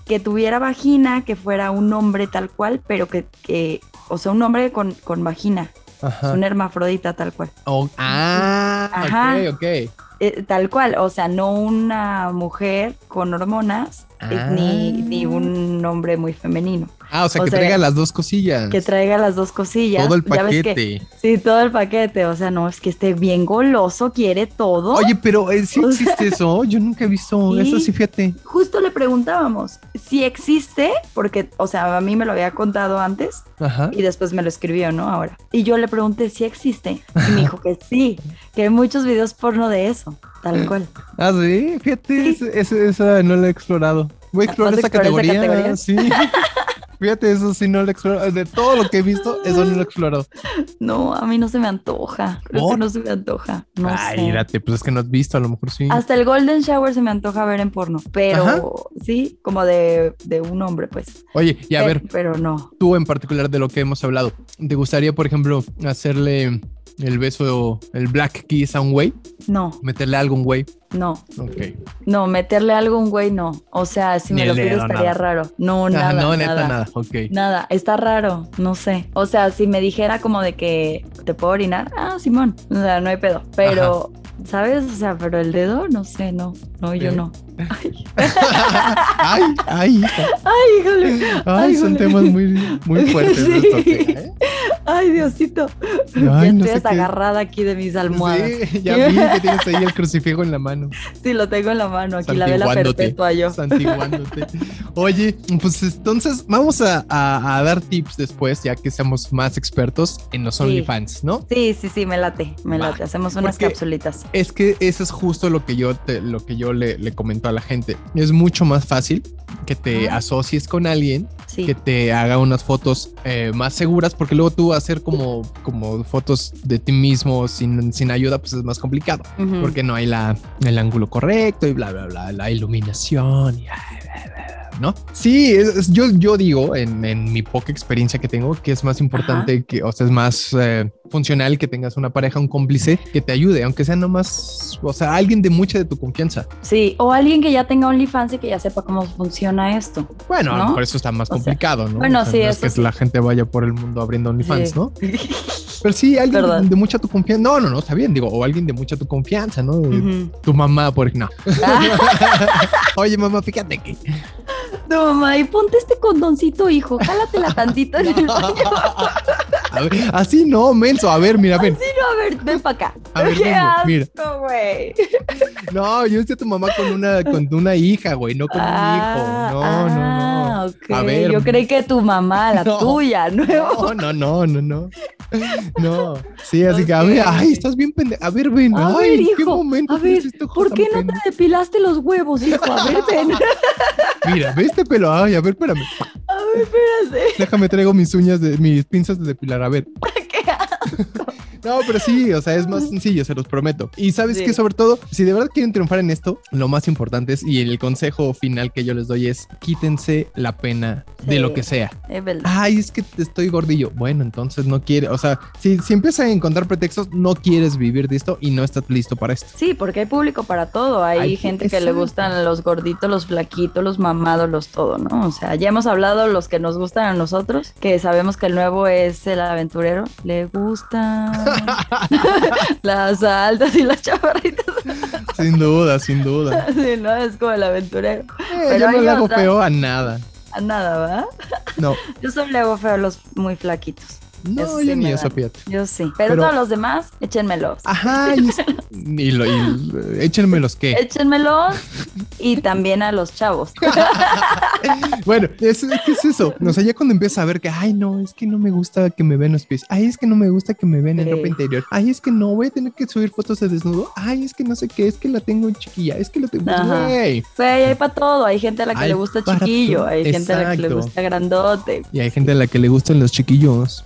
A: que tuviera vagina, que fuera un hombre tal cual, pero que, que- o sea, un hombre con, con vagina,
B: Ajá.
A: un hermafrodita tal cual.
B: Oh, ah,
A: Ajá.
B: ok, ok.
A: Eh, tal cual, o sea, no una mujer con hormonas, eh,
B: Ah.
A: ni, ni un hombre muy femenino.
B: Ah, o sea,
A: O
B: que
A: sea,
B: traiga las dos cosillas.
A: Que traiga las dos cosillas.
B: Pues todo el
A: Ya ves que-
B: paquete.
A: sí, todo el paquete. O sea, no, es que esté bien goloso, quiere todo.
B: Oye, pero eh, sí
A: O sea-
B: existe eso. Yo nunca he visto
A: Sí.
B: eso, sí, fíjate.
A: justo le preguntábamos si existe, porque, o sea, a mí me lo había contado antes
B: Ajá.
A: y después me lo escribió, ¿no? Ahora. Y yo le pregunté si existe y me dijo que sí, que hay muchos videos porno de eso, tal cual.
B: Ah, sí, fíjate,
A: Sí.
B: ese- ese- esa no la he explorado. Voy
A: ¿Vas
B: a explorar
A: a
B: esa
A: explorar
B: categoría.
A: esa categoría?
B: Sí. Fíjate, eso sí no lo he explorado. De todo lo que he visto, eso no lo he explorado.
A: No, a mí no se me antoja. Creo
B: ¿Por?
A: que no se me antoja. No
B: Ay,
A: sé.
B: mírate, pues es que no has visto, a lo mejor sí.
A: Hasta el Golden Shower se me antoja ver en porno, pero
B: Ajá.
A: sí, como de, de un hombre, pues.
B: Oye, y a
A: Pe-
B: ver,
A: Pero no.
B: tú en particular de lo que hemos hablado, ¿te gustaría, por ejemplo, hacerle el beso, el black kiss a un güey?
A: No,
B: ¿Meterle algo a un güey?
A: no,
B: Ok.
A: no, meterle algo a un güey, no. O sea, si
B: Ni
A: me
B: el
A: lo pide
B: dedo,
A: estaría
B: nada.
A: raro. No,
B: Ah,
A: nada.
B: no, neta,
A: nada.
B: nada. Ok.
A: Nada, está raro, no sé. O sea, si me dijera como de que te puedo orinar, ah, Simón, o sea, no hay pedo. Pero, ¿sabes? O sea, pero el dedo, no sé, no, no, yo
B: Sí.
A: no.
B: ay, ay, hija.
A: Ay, híjole,
B: ay,
A: Ay,
B: son
A: joder.
B: temas muy, muy fuertes.
A: Sí.
B: estos, ¿eh?
A: ay, Diosito.
B: Ay,
A: ya
B: no
A: estoy
B: sé
A: hasta
B: qué-
A: agarrada aquí de mis almohadas. Sí.
B: Sí, ya vi que tienes ahí el crucifijo en la mano,
A: lo tengo en la mano, aquí la vela
B: Santiguándote.
A: perpetua yo.
B: santiguándote. Oye, pues entonces vamos a, a- a dar tips después, ya que seamos más expertos en los
A: Sí.
B: OnlyFans, ¿no?
A: Sí, sí, sí, me late, me
B: Va.
A: late. Hacemos unas
B: Porque-
A: capsulitas.
B: Es que eso es justo lo que yo, te- lo que yo le, le comento a la gente. Es mucho más fácil que te
A: Ajá.
B: asocies con alguien
A: Sí.
B: que te haga unas fotos eh, más seguras, porque luego tú hacer como, como fotos de ti mismo sin, sin ayuda, pues es más complicado,
A: Ujú.
B: porque no hay la, el ángulo correcto y bla, bla, bla, la iluminación y... ay, bla, bla, bla, ¿No? Sí, es- es- yo, yo digo en, en mi poca experiencia que tengo que es más importante que, o sea, es más eh, funcional que tengas una pareja, un cómplice que te ayude, aunque sea nomás, o sea, alguien de mucha de tu confianza.
A: Sí, o alguien que ya tenga OnlyFans y que ya sepa cómo funciona esto.
B: Bueno,
A: ¿No?
B: por eso está más
A: O sea,
B: complicado, ¿no?
A: bueno,
B: O sea,
A: sí,
B: no es
A: eso
B: que
A: sí.
B: la gente vaya por el mundo abriendo OnlyFans,
A: Sí.
B: ¿no? Pero sí, alguien
A: ¿Verdad?
B: de mucha tu confianza. No, no, no, está bien, digo, o alguien de mucha tu confianza, ¿no? De
A: Ujú. Ah,
B: Tu mamá, por ejemplo. No. Oye, mamá, fíjate que.
A: No, mamá, y ponte este condoncito, hijo. Jálatela tantito en el baño.
B: A ver, así no, menso. A ver, mira, ven.
A: Sí, no, a ver, ven para acá.
B: A ver,
A: Qué
B: vengo, mira.
A: asco, güey.
B: No, yo hice a tu mamá con una, con una hija, güey, no con un hijo. No,
A: ah, ok.
B: A ver.
A: Yo creí que tu mamá, la
B: No.
A: tuya, ¿no?
B: no, no. No, no, no, no. No. Sí, así que, a ver,
A: Ok.
B: ay, estás bien pendejo. A ver, ven.
A: A
B: ay,
A: ver,
B: ¿qué
A: hijo,
B: momento?
A: a ver,
B: tienes este ojo
A: ¿Por
B: tan
A: qué no te
B: pendejo?
A: depilaste los huevos, hijo? A ver, ven.
B: Mira, ve este pelo. Ay, a ver, espérame.
A: A ver, espérate.
B: Déjame traigo mis uñas de mis pinzas de depilar, a ver.
A: Qué
B: No, pero sí, o sea, es más sencillo, se los prometo. Y sabes
A: Sí.
B: que sobre todo, si de verdad quieren triunfar en esto, lo más importante es y el consejo final que yo les doy es quítense la pena de
A: Sí.
B: lo que sea.
A: Es verdad.
B: Ay, es que te estoy gordillo. Bueno, entonces no quiere, o sea, si, si empiezas a encontrar pretextos, no quieres vivir de esto y no estás listo para esto.
A: Sí, porque hay público para todo. Hay
B: Hay-
A: gente que le
B: exacto.
A: gustan los gorditos, los flaquitos, los mamados, los todo, ¿no? O sea, ya hemos hablado los que nos gustan a nosotros, que sabemos que el nuevo es el aventurero. Le gustan las altas y las chaparritas.
B: Sin duda, sin duda.
A: Sí, no, es como el aventurero.
B: Eh,
A: Pero
B: yo no
A: hay
B: le hago
A: otra.
B: feo a nada.
A: A nada, ¿va?
B: No,
A: Yo solo le hago feo a los muy flaquitos.
B: no,
A: Eso sí
B: yo ni
A: me
B: eso,
A: da.
B: fíjate.
A: Yo sí. Pero,
B: Pero- Ah,
A: todos los demás, échenmelos.
B: Ajá, y, es- y lo, y- eh, échenme los que.
A: Échenmelos y también a los chavos.
B: Bueno, es, ¿qué es eso? O sea, ya cuando empiezas a ver que, ay, no, es que no me gusta que me vean los pies. Ay, es que no me gusta que me vean en
A: Sí.
B: ropa interior. Ay, es que no voy a tener que subir fotos de desnudo. Ay, es que no sé qué, es que la tengo chiquilla. Es que la tengo.
A: Ajá.
B: Güey.
A: Güey, hay para todo. Hay gente a la que
B: Hay
A: le gusta
B: para
A: chiquillo,
B: todo.
A: hay gente a la que le
B: Exacto.
A: gusta grandote.
B: Y hay gente a la que le gustan los chiquillos.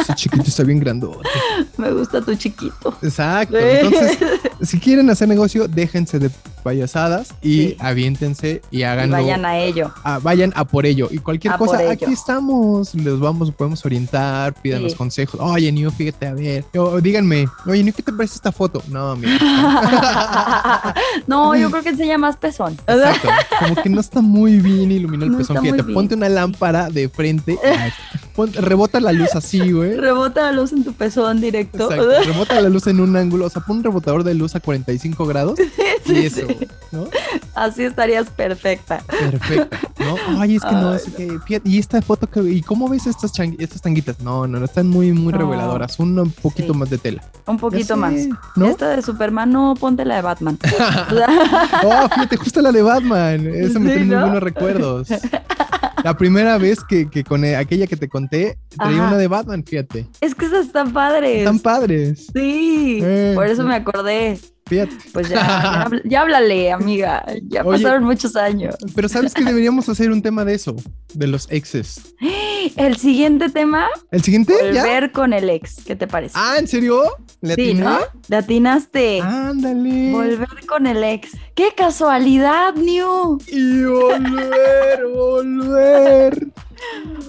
B: Ese chiquito está bien grandote.
A: Me gusta tu chiquito.
B: Exacto.
A: Güey.
B: Entonces, si quieren hacer negocio, déjense de payasadas y
A: Sí.
B: aviéntense y
A: Y
B: háganlo.
A: vayan a ello.
B: Ah, vayan a por ello. Y cualquier
A: A por
B: cosa,
A: ello.
B: aquí estamos, les vamos, podemos orientar, pidan
A: Sí.
B: los consejos. Oye, New, fíjate, a ver. O- o díganme, oye, New, ¿qué te parece esta foto? No, mira.
A: no, yo creo que enseña más pezón.
B: Exacto. Como que no está muy bien iluminado el
A: No
B: pezón.
A: está muy
B: Fíjate,
A: bien.
B: ponte una lámpara de frente. Ay, pon- rebota la luz así, güey.
A: Rebota la luz en tu pezón directo.
B: Exacto, Rebota la luz en un ángulo. O sea, pon un rebotador de luz a 45 grados.
A: Sí,
B: y eso,
A: sí.
B: ¿no?
A: Así estarías perfecta.
B: Perfecto, ¿no? Ay, es que no,
A: Ay,
B: es que, fíjate, y esta foto, que, ¿y cómo ves estas, chang- estas tanguitas? No, no, no, están muy, muy
A: No.
B: reveladoras, un poquito
A: Sí.
B: más de tela.
A: Un poquito
B: Ya sé,
A: más.
B: ¿No?
A: Esta de Superman, no, ponte la de Batman.
B: Oh, fíjate, justo la de Batman, eso me
A: Sí,
B: trae muy
A: ¿no?
B: buenos recuerdos. La primera vez que, que con eh, aquella que te conté, traía
A: Ajá.
B: una de Batman, fíjate.
A: es que esas están padres.
B: Están padres,
A: sí.
B: Eh,
A: Por eso
B: eh.
A: me acordé.
B: fíjate.
A: Pues ya, ya, habl- ya háblale, amiga. Ya
B: Oye.
A: pasaron muchos años.
B: Pero ¿sabes que deberíamos hacer un tema de eso? De los exes.
A: El siguiente tema,
B: ¿El siguiente? ¿Ya?
A: volver con el ex. ¿Qué te parece?
B: Ah, ¿en serio? ¿Le
A: sí, ¿no?
B: atiné?
A: Le atinaste.
B: Ándale.
A: Volver con el ex. ¡Qué casualidad, New!
B: Y volver, volver.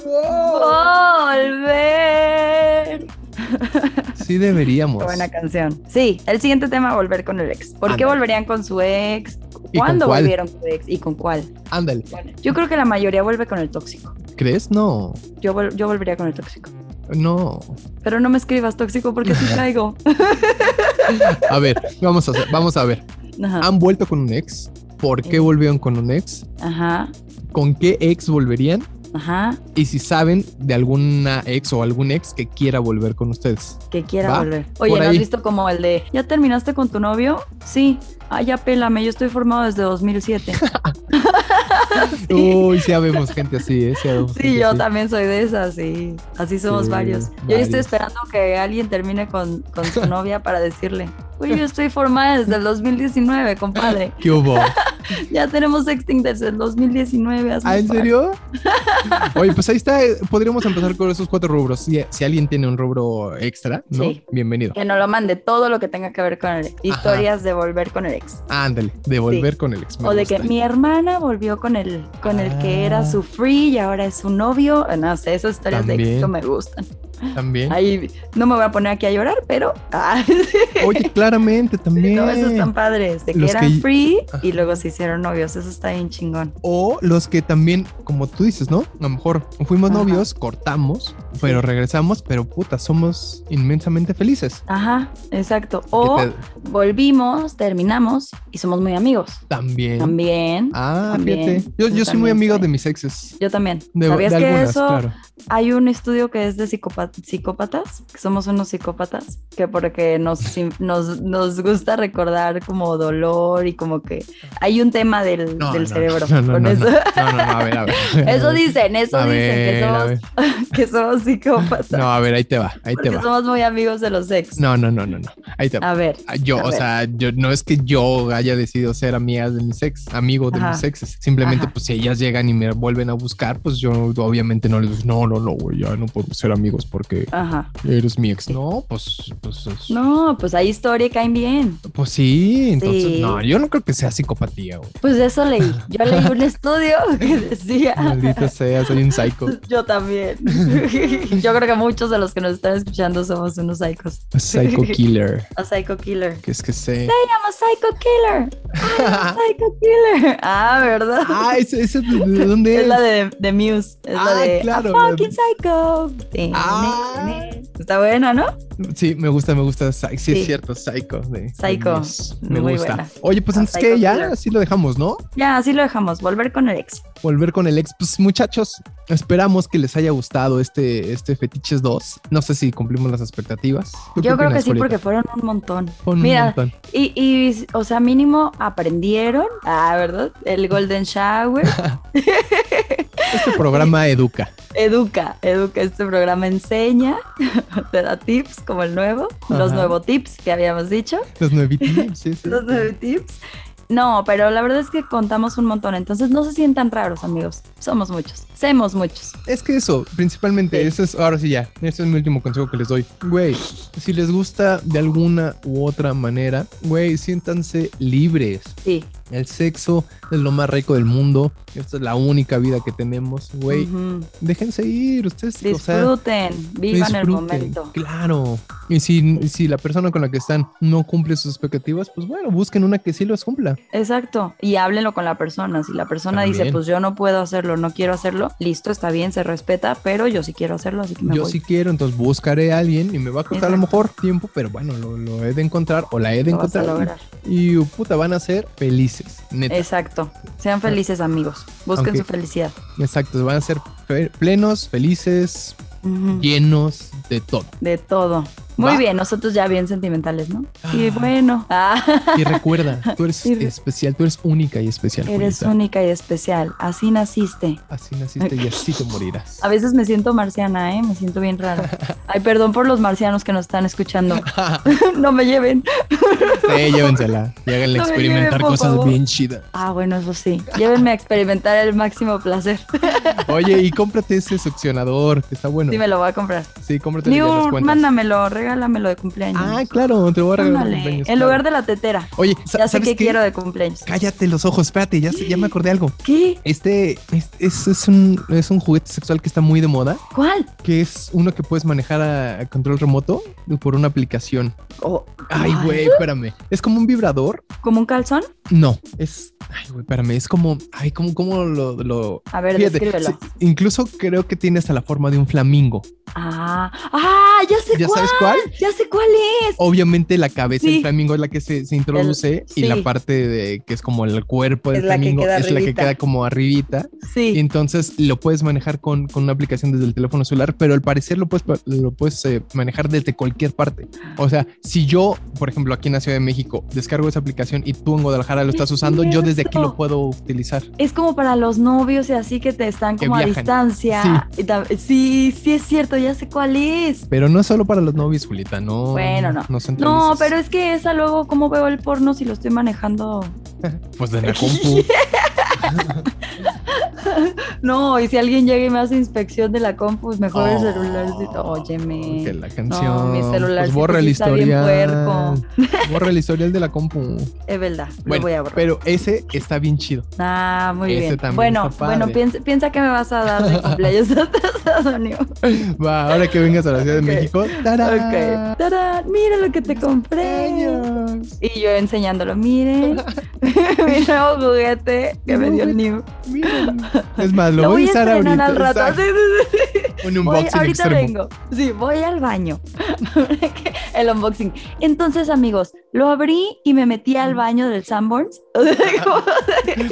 B: No.
A: ¡Volver!
B: Pues. Sí deberíamos.
A: Qué buena canción. Sí, el siguiente tema, volver con el ex. ¿Por qué
B: Ándale.
A: volverían con su ex?
B: ¿Y con
A: ¿Cuándo
B: cuál?
A: volvieron con su ex? ¿Y con cuál?
B: Ándale.
A: Yo creo que la mayoría vuelve con el tóxico.
B: ¿Crees? No.
A: Yo, vol- yo volvería con el tóxico.
B: No.
A: Pero no me escribas tóxico porque sí caigo.
B: Ah. A ver, vamos a hacer- vamos a ver.
A: Ajá.
B: ¿Han vuelto con un ex? ¿Por
A: Ah. Sí.
B: qué volvieron con un ex?
A: Ajá.
B: ¿Con qué ex volverían?
A: Ajá.
B: Y si saben de alguna ex o algún ex que quiera volver con ustedes.
A: Que quiera
B: Va,
A: volver. Oye,
B: por
A: ¿no has
B: ahí.
A: visto como el de ¿Ya terminaste con tu novio? Sí. Ah, ya pélame, yo estoy formado desde 2007. Sí.
B: Uy, sí habemos gente así, ¿eh? Sí, habemos
A: Sí,
B: gente
A: yo
B: así.
A: también soy de esas, sí. Así somos
B: Sí,
A: varios. Yo ya estoy
B: varios.
A: esperando que alguien termine con, con su novia para decirle, uy, yo estoy formada desde el 2019, compadre.
B: ¿Qué hubo?
A: Ya tenemos sexting desde el 2019. hazme
B: ¿Ah, en
A: favor".
B: serio? Oye, pues ahí está. eh, Podríamos empezar con esos cuatro rubros. Si, si alguien tiene un rubro extra, ¿no?
A: Sí.
B: Bienvenido.
A: Que no lo mande todo lo que tenga que ver con el ex. Historias de volver con el ex.
B: Ándale, de volver con el ex. me
A: o de
B: gusta.
A: que mi hermana volvió con el, con el que
B: Ah.
A: era su free y ahora es su novio. No sé, esas historias de éxito
B: También.
A: me gustan.
B: También.
A: Ahí no me voy a poner aquí a llorar, pero ah, sí,
B: Oye, claramente también.
A: no, esos están padres. De que
B: Los
A: eran
B: que-
A: free
B: Ajá.
A: y luego se hicieron novios. Eso está bien chingón.
B: O los que también, como tú dices, ¿no? A lo mejor fuimos
A: Ajá.
B: novios, cortamos, pero regresamos, pero puta, somos inmensamente felices.
A: Ajá, exacto. O
B: Que te-
A: volvimos, terminamos y somos muy amigos.
B: también.
A: También.
B: Ah,
A: También.
B: fíjate. Yo, yo
A: Yo
B: soy muy
A: también
B: amigo
A: soy.
B: de mis exes.
A: Yo también.
B: De,
A: ¿Sabías
B: de
A: que
B: algunas,
A: eso
B: claro.
A: Hay un estudio que es de psicopa- psicópatas, que somos unos psicópatas, que porque nos, nos, nos gusta recordar como dolor y como que hay un tema del, del cerebro.
B: No, no,
A: con
B: no,
A: eso.
B: no. No, no, no, a ver, a ver.
A: Eso dicen, eso
B: A
A: dicen,
B: ver,
A: que,
B: a
A: somos,
B: ver.
A: que somos psicópatas.
B: No, a ver, ahí te va, ahí te
A: porque
B: va.
A: somos muy amigos de los ex.
B: No, no, no, no, no. Ahí te va. Ah,
A: A ver,
B: Yo,
A: a
B: o
A: ver.
B: sea, yo no es que yo haya decidido ser amiga de mis ex, amigo de
A: Ajá.
B: mis exes. Simplemente,
A: Ajá.
B: pues si ellas llegan y me vuelven a buscar, pues yo obviamente no les digo, no, no, no, güey, ya no podemos ser amigos porque
A: ajá.
B: eres mi ex. No, pues, pues, es-
A: No, pues hay historia y caen bien.
B: pues sí. Entonces,
A: Sí.
B: no, yo no creo que sea psicopatía, güey.
A: Pues de eso leí. Yo leí un estudio que decía.
B: Maldita sea, soy un psycho.
A: Yo también. Yo creo que muchos de los que nos están escuchando somos unos psicos.
B: A Psycho killer.
A: A Psycho Killer.
B: Que es que sé.
A: I'm a Psycho Killer. Psycho Killer. Ah, ¿verdad?
B: ah, ¿ese, ese de, de dónde es?
A: es la de, de Muse. Es
B: Ah,
A: la de
B: claro,
A: "A
B: la-
A: Fucking Psycho. Tin,
B: Ah.
A: nin, nin. Está buena, ¿no?
B: Sí, me gusta, me gusta. Psy- Sí, es
A: Sí.
B: cierto, Psycho. de-
A: Psycho,
B: de- Me
A: muy
B: gusta.
A: buena.
B: Oye, pues
A: Ah,
B: antes
A: Psycho
B: que ya,
A: killer.
B: así lo dejamos, ¿no?
A: Ya, así lo dejamos. Volver con el ex.
B: volver con el ex. Pues muchachos, esperamos que les haya gustado este, este Fetiches 2. No sé si cumplimos las expectativas. ¿Tú qué
A: Yo creo que
B: opinas,
A: sí,
B: Julieta?
A: porque fueron un montón.
B: Pon un
A: Mira,
B: montón.
A: Y, y, o sea, mínimo aprendieron. Ah, ¿verdad? El Golden Shower.
B: Este programa educa.
A: Educa, educa. Este programa enseña, te da tips como el nuevo, los
B: Ajá.
A: nuevos tips que habíamos dicho.
B: Los nuevitos. Sí, sí.
A: los nueve tips. No, pero la verdad es que contamos un montón, entonces no se sientan raros, amigos. Somos muchos, somos muchos.
B: Es que eso, principalmente,
A: Sí.
B: eso es, ahora sí ya, ese es mi último consejo que les doy. Güey, si les gusta de alguna u otra manera, güey, siéntanse libres.
A: Sí.
B: El sexo es lo más rico del mundo. Esta es la única vida que tenemos, güey.
A: Ujú.
B: Déjense ir, ustedes, o sea,
A: Disfruten, vivan el
B: Disfruten,
A: momento.
B: Claro. Y si, y si la persona con la que están no cumple sus expectativas, pues bueno, busquen una que sí los cumpla.
A: Exacto. Y háblenlo con la persona. Si la persona dice,
B: También.
A: pues yo no puedo hacerlo, no quiero hacerlo, listo, está bien, se respeta, pero yo sí quiero hacerlo, así que me
B: Yo
A: voy.
B: sí quiero, entonces buscaré a alguien y me va a costar a lo
A: Exacto.
B: mejor tiempo, pero bueno, lo, lo he de encontrar o la he de
A: Lo vas a
B: encontrar.
A: lograr.
B: Y uh, puta, van a ser felices. Neta.
A: Exacto. Sean felices, amigos. Busquen
B: Aunque-
A: su felicidad.
B: Exacto. Van a ser fe- plenos, felices,
A: Ujú.
B: llenos de todo.
A: De todo. Muy
B: Va.
A: bien, nosotros ya bien sentimentales, ¿no? Y
B: Ah.
A: bueno. Ah.
B: Y recuerda, tú eres
A: Y re-
B: especial, tú eres única y especial.
A: Eres
B: Julieta.
A: única y especial, así naciste.
B: Así naciste y así te morirás.
A: A veces me siento marciana, ¿eh? Me siento bien rara. Ay, perdón por los marcianos que nos están escuchando. no me lleven.
B: Sí, llévensela. Y háganle
A: No me
B: experimentar
A: lleven, por
B: cosas
A: favor.
B: bien chidas.
A: Ah, bueno, eso sí. Llévenme a experimentar el máximo placer.
B: Oye, y cómprate ese succionador, que está bueno.
A: Sí, me lo voy a comprar.
B: Sí, cómprate el
A: Digo,
B: los cuentas.
A: mándamelo, regálamelo de cumpleaños.
B: Ah, claro, te voy a regalar
A: Ándale,
B: un cumpleaños,
A: En
B: claro.
A: lugar de la tetera.
B: Oye, sa-
A: Ya sé
B: ¿sabes
A: qué
B: qué?
A: quiero de cumpleaños.
B: Cállate los ojos, espérate, ya, sé- ya me acordé algo.
A: ¿Qué?
B: Este es, es- es un, es un juguete sexual que está muy de moda,
A: ¿Cuál?
B: que es uno que puedes manejar a, a control remoto por una aplicación.
A: Oh,
B: Ay, güey, espérame. Es como un vibrador.
A: ¿Como un calzón?
B: No, es. Ay, güey, espérame. Es como. Ay, ¿cómo, cómo lo, lo-
A: A ver,
B: Fíjate,
A: descríbelo.
B: sí, incluso creo que tiene hasta la forma de un flamingo.
A: Ah, ah, ya sé
B: ¿Ya
A: cuál.
B: sabes cuál?
A: Ya sé cuál es.
B: Obviamente la cabeza
A: Sí.
B: del flamingo es la que se, se introduce
A: El- sí.
B: y la parte de que es como el cuerpo del
A: Es la que
B: flamingo
A: queda
B: es la que
A: arribita.
B: queda como arribita. Y
A: Sí.
B: entonces lo puedes manejar con, con una aplicación desde el teléfono celular, pero al parecer lo puedes, pa- lo puedes eh, manejar desde cualquier parte. O sea, si yo, por ejemplo, aquí en la Ciudad de México descargo esa aplicación y tú en Guadalajara lo estás usando, yo desde desde aquí lo puedo utilizar.
A: Es como para los novios y así que te están
B: Que
A: como a
B: viajan.
A: distancia. Y tam- Sí. sí, es cierto, ya sé cuál es.
B: Pero no es solo para los novios, Julita, no.
A: Bueno, no.
B: No,
A: No,
B: centralices.
A: pero es que esa luego, ¿cómo veo el porno si lo estoy manejando?
B: Pues de la compu.
A: No, y si alguien llega y me hace inspección de la compu, pues mejor el
B: Oh,
A: celularcito. Óyeme.
B: Que la canción.
A: mi celular
B: Pues borra el
A: sí está bien
B: historial. Borra el historial de la compu.
A: Es verdad, lo
B: Bueno,
A: voy a borrar.
B: Pero ese está bien chido.
A: Ah, muy
B: Ese
A: bien.
B: también
A: Bueno,
B: está padre.
A: bueno, piensa, piensa que me vas a dar de cumpleaños Estados Unidos.
B: Va, ahora que vengas a la Ciudad
A: Ok.
B: de México. ¡tarán!
A: Ok. ¡Tarán! Mira lo que te compré.
B: Cumpleaños.
A: Y yo enseñándolo, miren, mi nuevo juguete que me dio el New.
B: Miren. Es más, lo,
A: Lo voy a
B: usar
A: estrenar
B: ahorita.
A: al rato.
B: exacto.
A: Sí, sí, sí.
B: Un
A: Voy-
B: unboxing
A: ahorita
B: extremo.
A: vengo. Sí, voy al baño. el unboxing. Entonces, amigos, lo abrí y me metí al baño del Sanborns. O sea, como-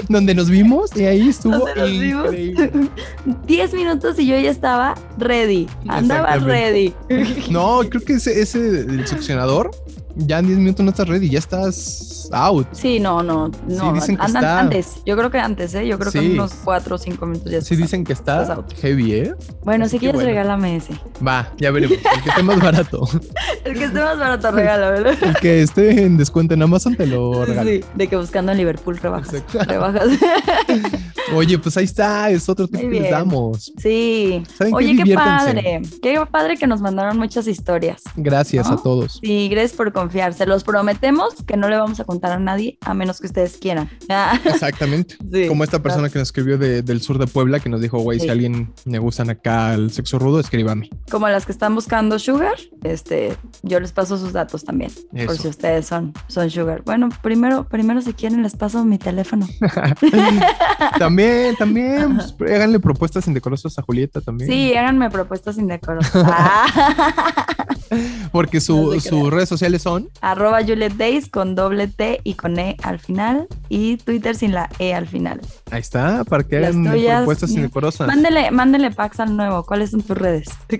B: Donde nos vimos y ahí estuvo.
A: Donde nos vimos.
B: increíble.
A: 10 minutos y yo ya estaba ready. Andaba ready.
B: Exactamente. No, creo que ese, ese del succionador, ya en 10 minutos no estás ready, ya estás out.
A: Sí, no, no, no.
B: dicen que
A: andan-
B: está.
A: Antes, yo creo que antes, ¿eh? Yo creo que
B: Sí.
A: unos 4 o 5 minutos Pues ya
B: Sí
A: está.
B: dicen que
A: Estás
B: está
A: out.
B: heavy, ¿eh?
A: Bueno,
B: así
A: si
B: que
A: quieres,
B: bueno.
A: regálame ese.
B: Va, ya veremos. El que esté más barato,
A: El que esté más barato, regálame.
B: el que esté en descuento en Amazon, te lo regalo.
A: Sí, de que buscando en Liverpool rebajas.
B: Exacto.
A: Rebajas.
B: Oye, pues ahí está, es otro tip
A: Muy
B: que les
A: bien.
B: damos.
A: Sí.
B: ¿Saben
A: Oye,
B: qué?
A: qué
B: Diviértanse.
A: padre. Qué padre que nos mandaron muchas historias.
B: Gracias
A: ¿No?
B: a todos.
A: Sí, gracias por confiar. Se los prometemos que no le vamos a contar a nadie a menos que ustedes quieran. Ah,
B: Exactamente.
A: sí.
B: Como esta persona que nos escribió de- del sur de Puebla que nos dijo, güey,
A: Sí.
B: si alguien me gustan acá el sexo rudo, escríbame.
A: Como las que están buscando Sugar, este, yo les paso sus datos también. Por si
B: Eso.
A: ustedes son, son Sugar. Bueno, primero, primero si quieren les paso mi teléfono.
B: también, también, pues, háganle propuestas indecorosas a Julieta también.
A: Sí, háganme propuestas Ah. indecorosas.
B: Porque
A: No
B: su,
A: se crean.
B: sus redes sociales son
A: Arroba Juliet Days con doble T y con E al final. Y Twitter sin la E al final.
B: Ahí está, para que
A: Las
B: hagan
A: tuyas,
B: propuestas
A: mira.
B: indecorosas.
A: Mándele, mándele packs al nuevo. ¿Cuáles son tus redes?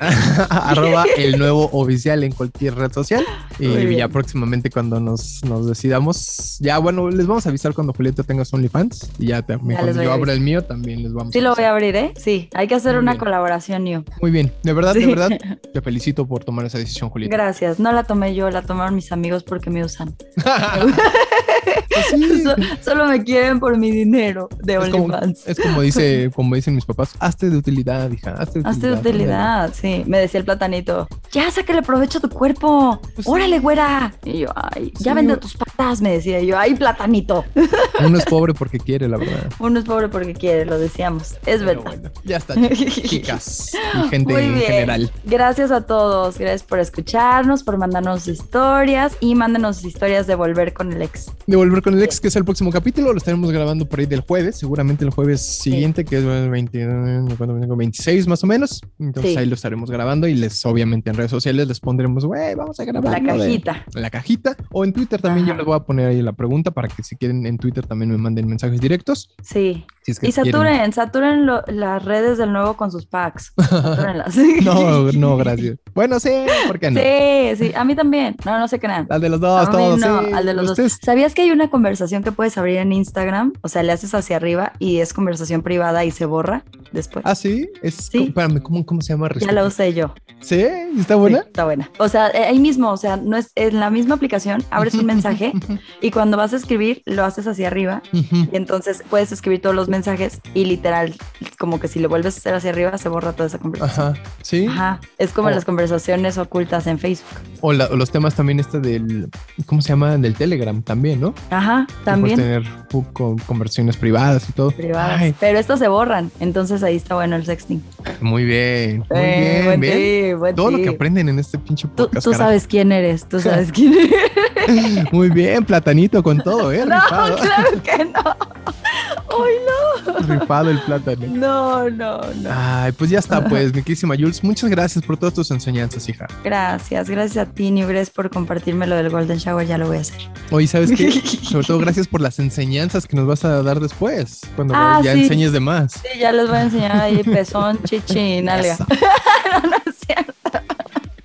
B: Ah. Arroba el nuevo oficial en cualquier red social. Y
A: Muy bien.
B: ya próximamente cuando nos, nos decidamos, ya bueno, les vamos a avisar cuando Julieta tenga su OnlyFans. Y ya también
A: Ya les
B: cuando
A: voy
B: yo
A: a
B: abra el mío también les vamos
A: Sí,
B: a
A: lo voy
B: avisar.
A: a abrir, ¿eh? Sí, hay que hacer
B: Muy
A: una
B: bien.
A: colaboración, New.
B: Muy bien, de verdad,
A: Sí.
B: de verdad, te felicito por tomar esa decisión, Julieta.
A: Gracias. No la tomé yo, la tomaron mis amigos porque me usan.
B: Pues sí,
A: So- solo me quieren por mi dinero de
B: es, como,
A: OnlyFans.
B: es como dice, como dicen mis papás, hazte de utilidad, hija, hazte de utilidad.
A: Hazte de utilidad, sí. Me decía el platanito, ya sácale provecho a tu cuerpo.
B: Pues sí.
A: Órale, güera. Y yo, ay, ya
B: Sí,
A: vende
B: o-
A: tus patas, me decía yo, ay, platanito.
B: ándale. Uno es pobre porque quiere, la verdad.
A: Uno es pobre porque quiere, lo decíamos. Es
B: Pero
A: verdad.
B: bueno, ya está, chicas, chicas y gente
A: Muy
B: en
A: bien.
B: general.
A: Gracias a todos. Gracias por escucharnos, por mandarnos historias y mándenos historias de volver con el ex.
B: De volver con el ex, que es el próximo capítulo, lo estaremos grabando por ahí del jueves, seguramente el jueves siguiente, que es el 20, ¿cuándo vengo? 26 más o menos. Entonces
A: Sí.
B: ahí lo estaremos grabando y les, obviamente en redes sociales les pondremos, güey, vamos a grabar.
A: La
B: lo de-
A: cajita.
B: la cajita o en Twitter también
A: Ajá.
B: yo les voy a poner ahí la pregunta para que si quieren en Twitter también me manden mensajes directos.
A: Sí.
B: Si es que
A: Y
B: quieren.
A: saturen, saturen lo- las redes del nuevo con sus packs. Satúrenlas.
B: No, no, gracias. Bueno, sí, ¿por qué no?
A: Sí, sí, a mí también. No, no se crean.
B: Al de los
A: A
B: dos,
A: mí
B: todos.
A: no,
B: sí.
A: al de los
B: Ustedes-
A: dos. ¿Sabías que hay una conversación que puedes abrir en Instagram? O sea, le haces hacia arriba y es conversación privada y se borra después.
B: Ah, sí, es.
A: Sí.
B: espérame, ¿cómo, cómo se llama?
A: ya la usé yo.
B: Sí, está buena.
A: Sí, está buena. O sea, eh, ahí mismo, o sea, no es en la misma aplicación, abres un mensaje y cuando vas a escribir lo haces hacia arriba
B: Ujú.
A: y entonces puedes escribir todos los mensajes y literal como que si lo vuelves a hacer hacia arriba se borra toda esa conversación.
B: Ajá, ¿Ah, sí.
A: Ajá, es como
B: Oh.
A: las conversaciones ocultas en Facebook.
B: O, la- o los temas también este del, ¿cómo se llama? Del Telegram también, ¿no?
A: Ajá,
B: Que
A: también
B: Puedes tener uh, con- conversiones privadas y todo.
A: privadas.
B: Ay,
A: Pero estas se borran, entonces ahí está bueno el sexting.
B: muy bien, muy
A: Eh,
B: bien.
A: buen
B: ¿ven?
A: tip, buen
B: Todo lo que
A: tip.
B: aprenden en este pinche
A: Tú,
B: podcast.
A: tú
B: carajo.
A: sabes quién eres, tú sabes quién eres.
B: Muy bien, platanito con todo, ¿eh?
A: no,
B: Rifado,
A: claro que no. Ay,
B: rifado el plátano.
A: no, no, no.
B: Ay, pues ya está, pues, mi querísima Jules. Muchas gracias por todas tus enseñanzas, hija.
A: Gracias, gracias a ti, New Grace, por compartirme lo del Golden Shower, ya lo voy a hacer.
B: Oye, ¿sabes qué? Sobre todo gracias por las enseñanzas que nos vas a dar después, cuando
A: Ah,
B: ya
A: sí.
B: enseñes de más.
A: Sí, ya les voy a enseñar ahí pezón, chichi, nalga.
B: Eso.
A: No, no es cierto.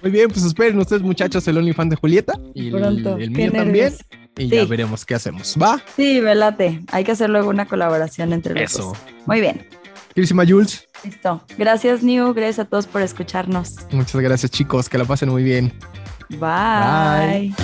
B: Muy bien, pues esperen ustedes, muchachos, el OnlyFans de Julieta y el,
A: Pronto.
B: el
A: Qué
B: mío también.
A: nervios. Sí.
B: y ya veremos qué hacemos. ¿Va?
A: Sí, me late. Hay que hacer luego una colaboración entre los
B: Eso.
A: dos. Muy bien.
B: Kirsima Jules,
A: Listo. Gracias, New. Gracias a todos por escucharnos.
B: muchas gracias chicos, que la pasen muy bien.
A: Bye.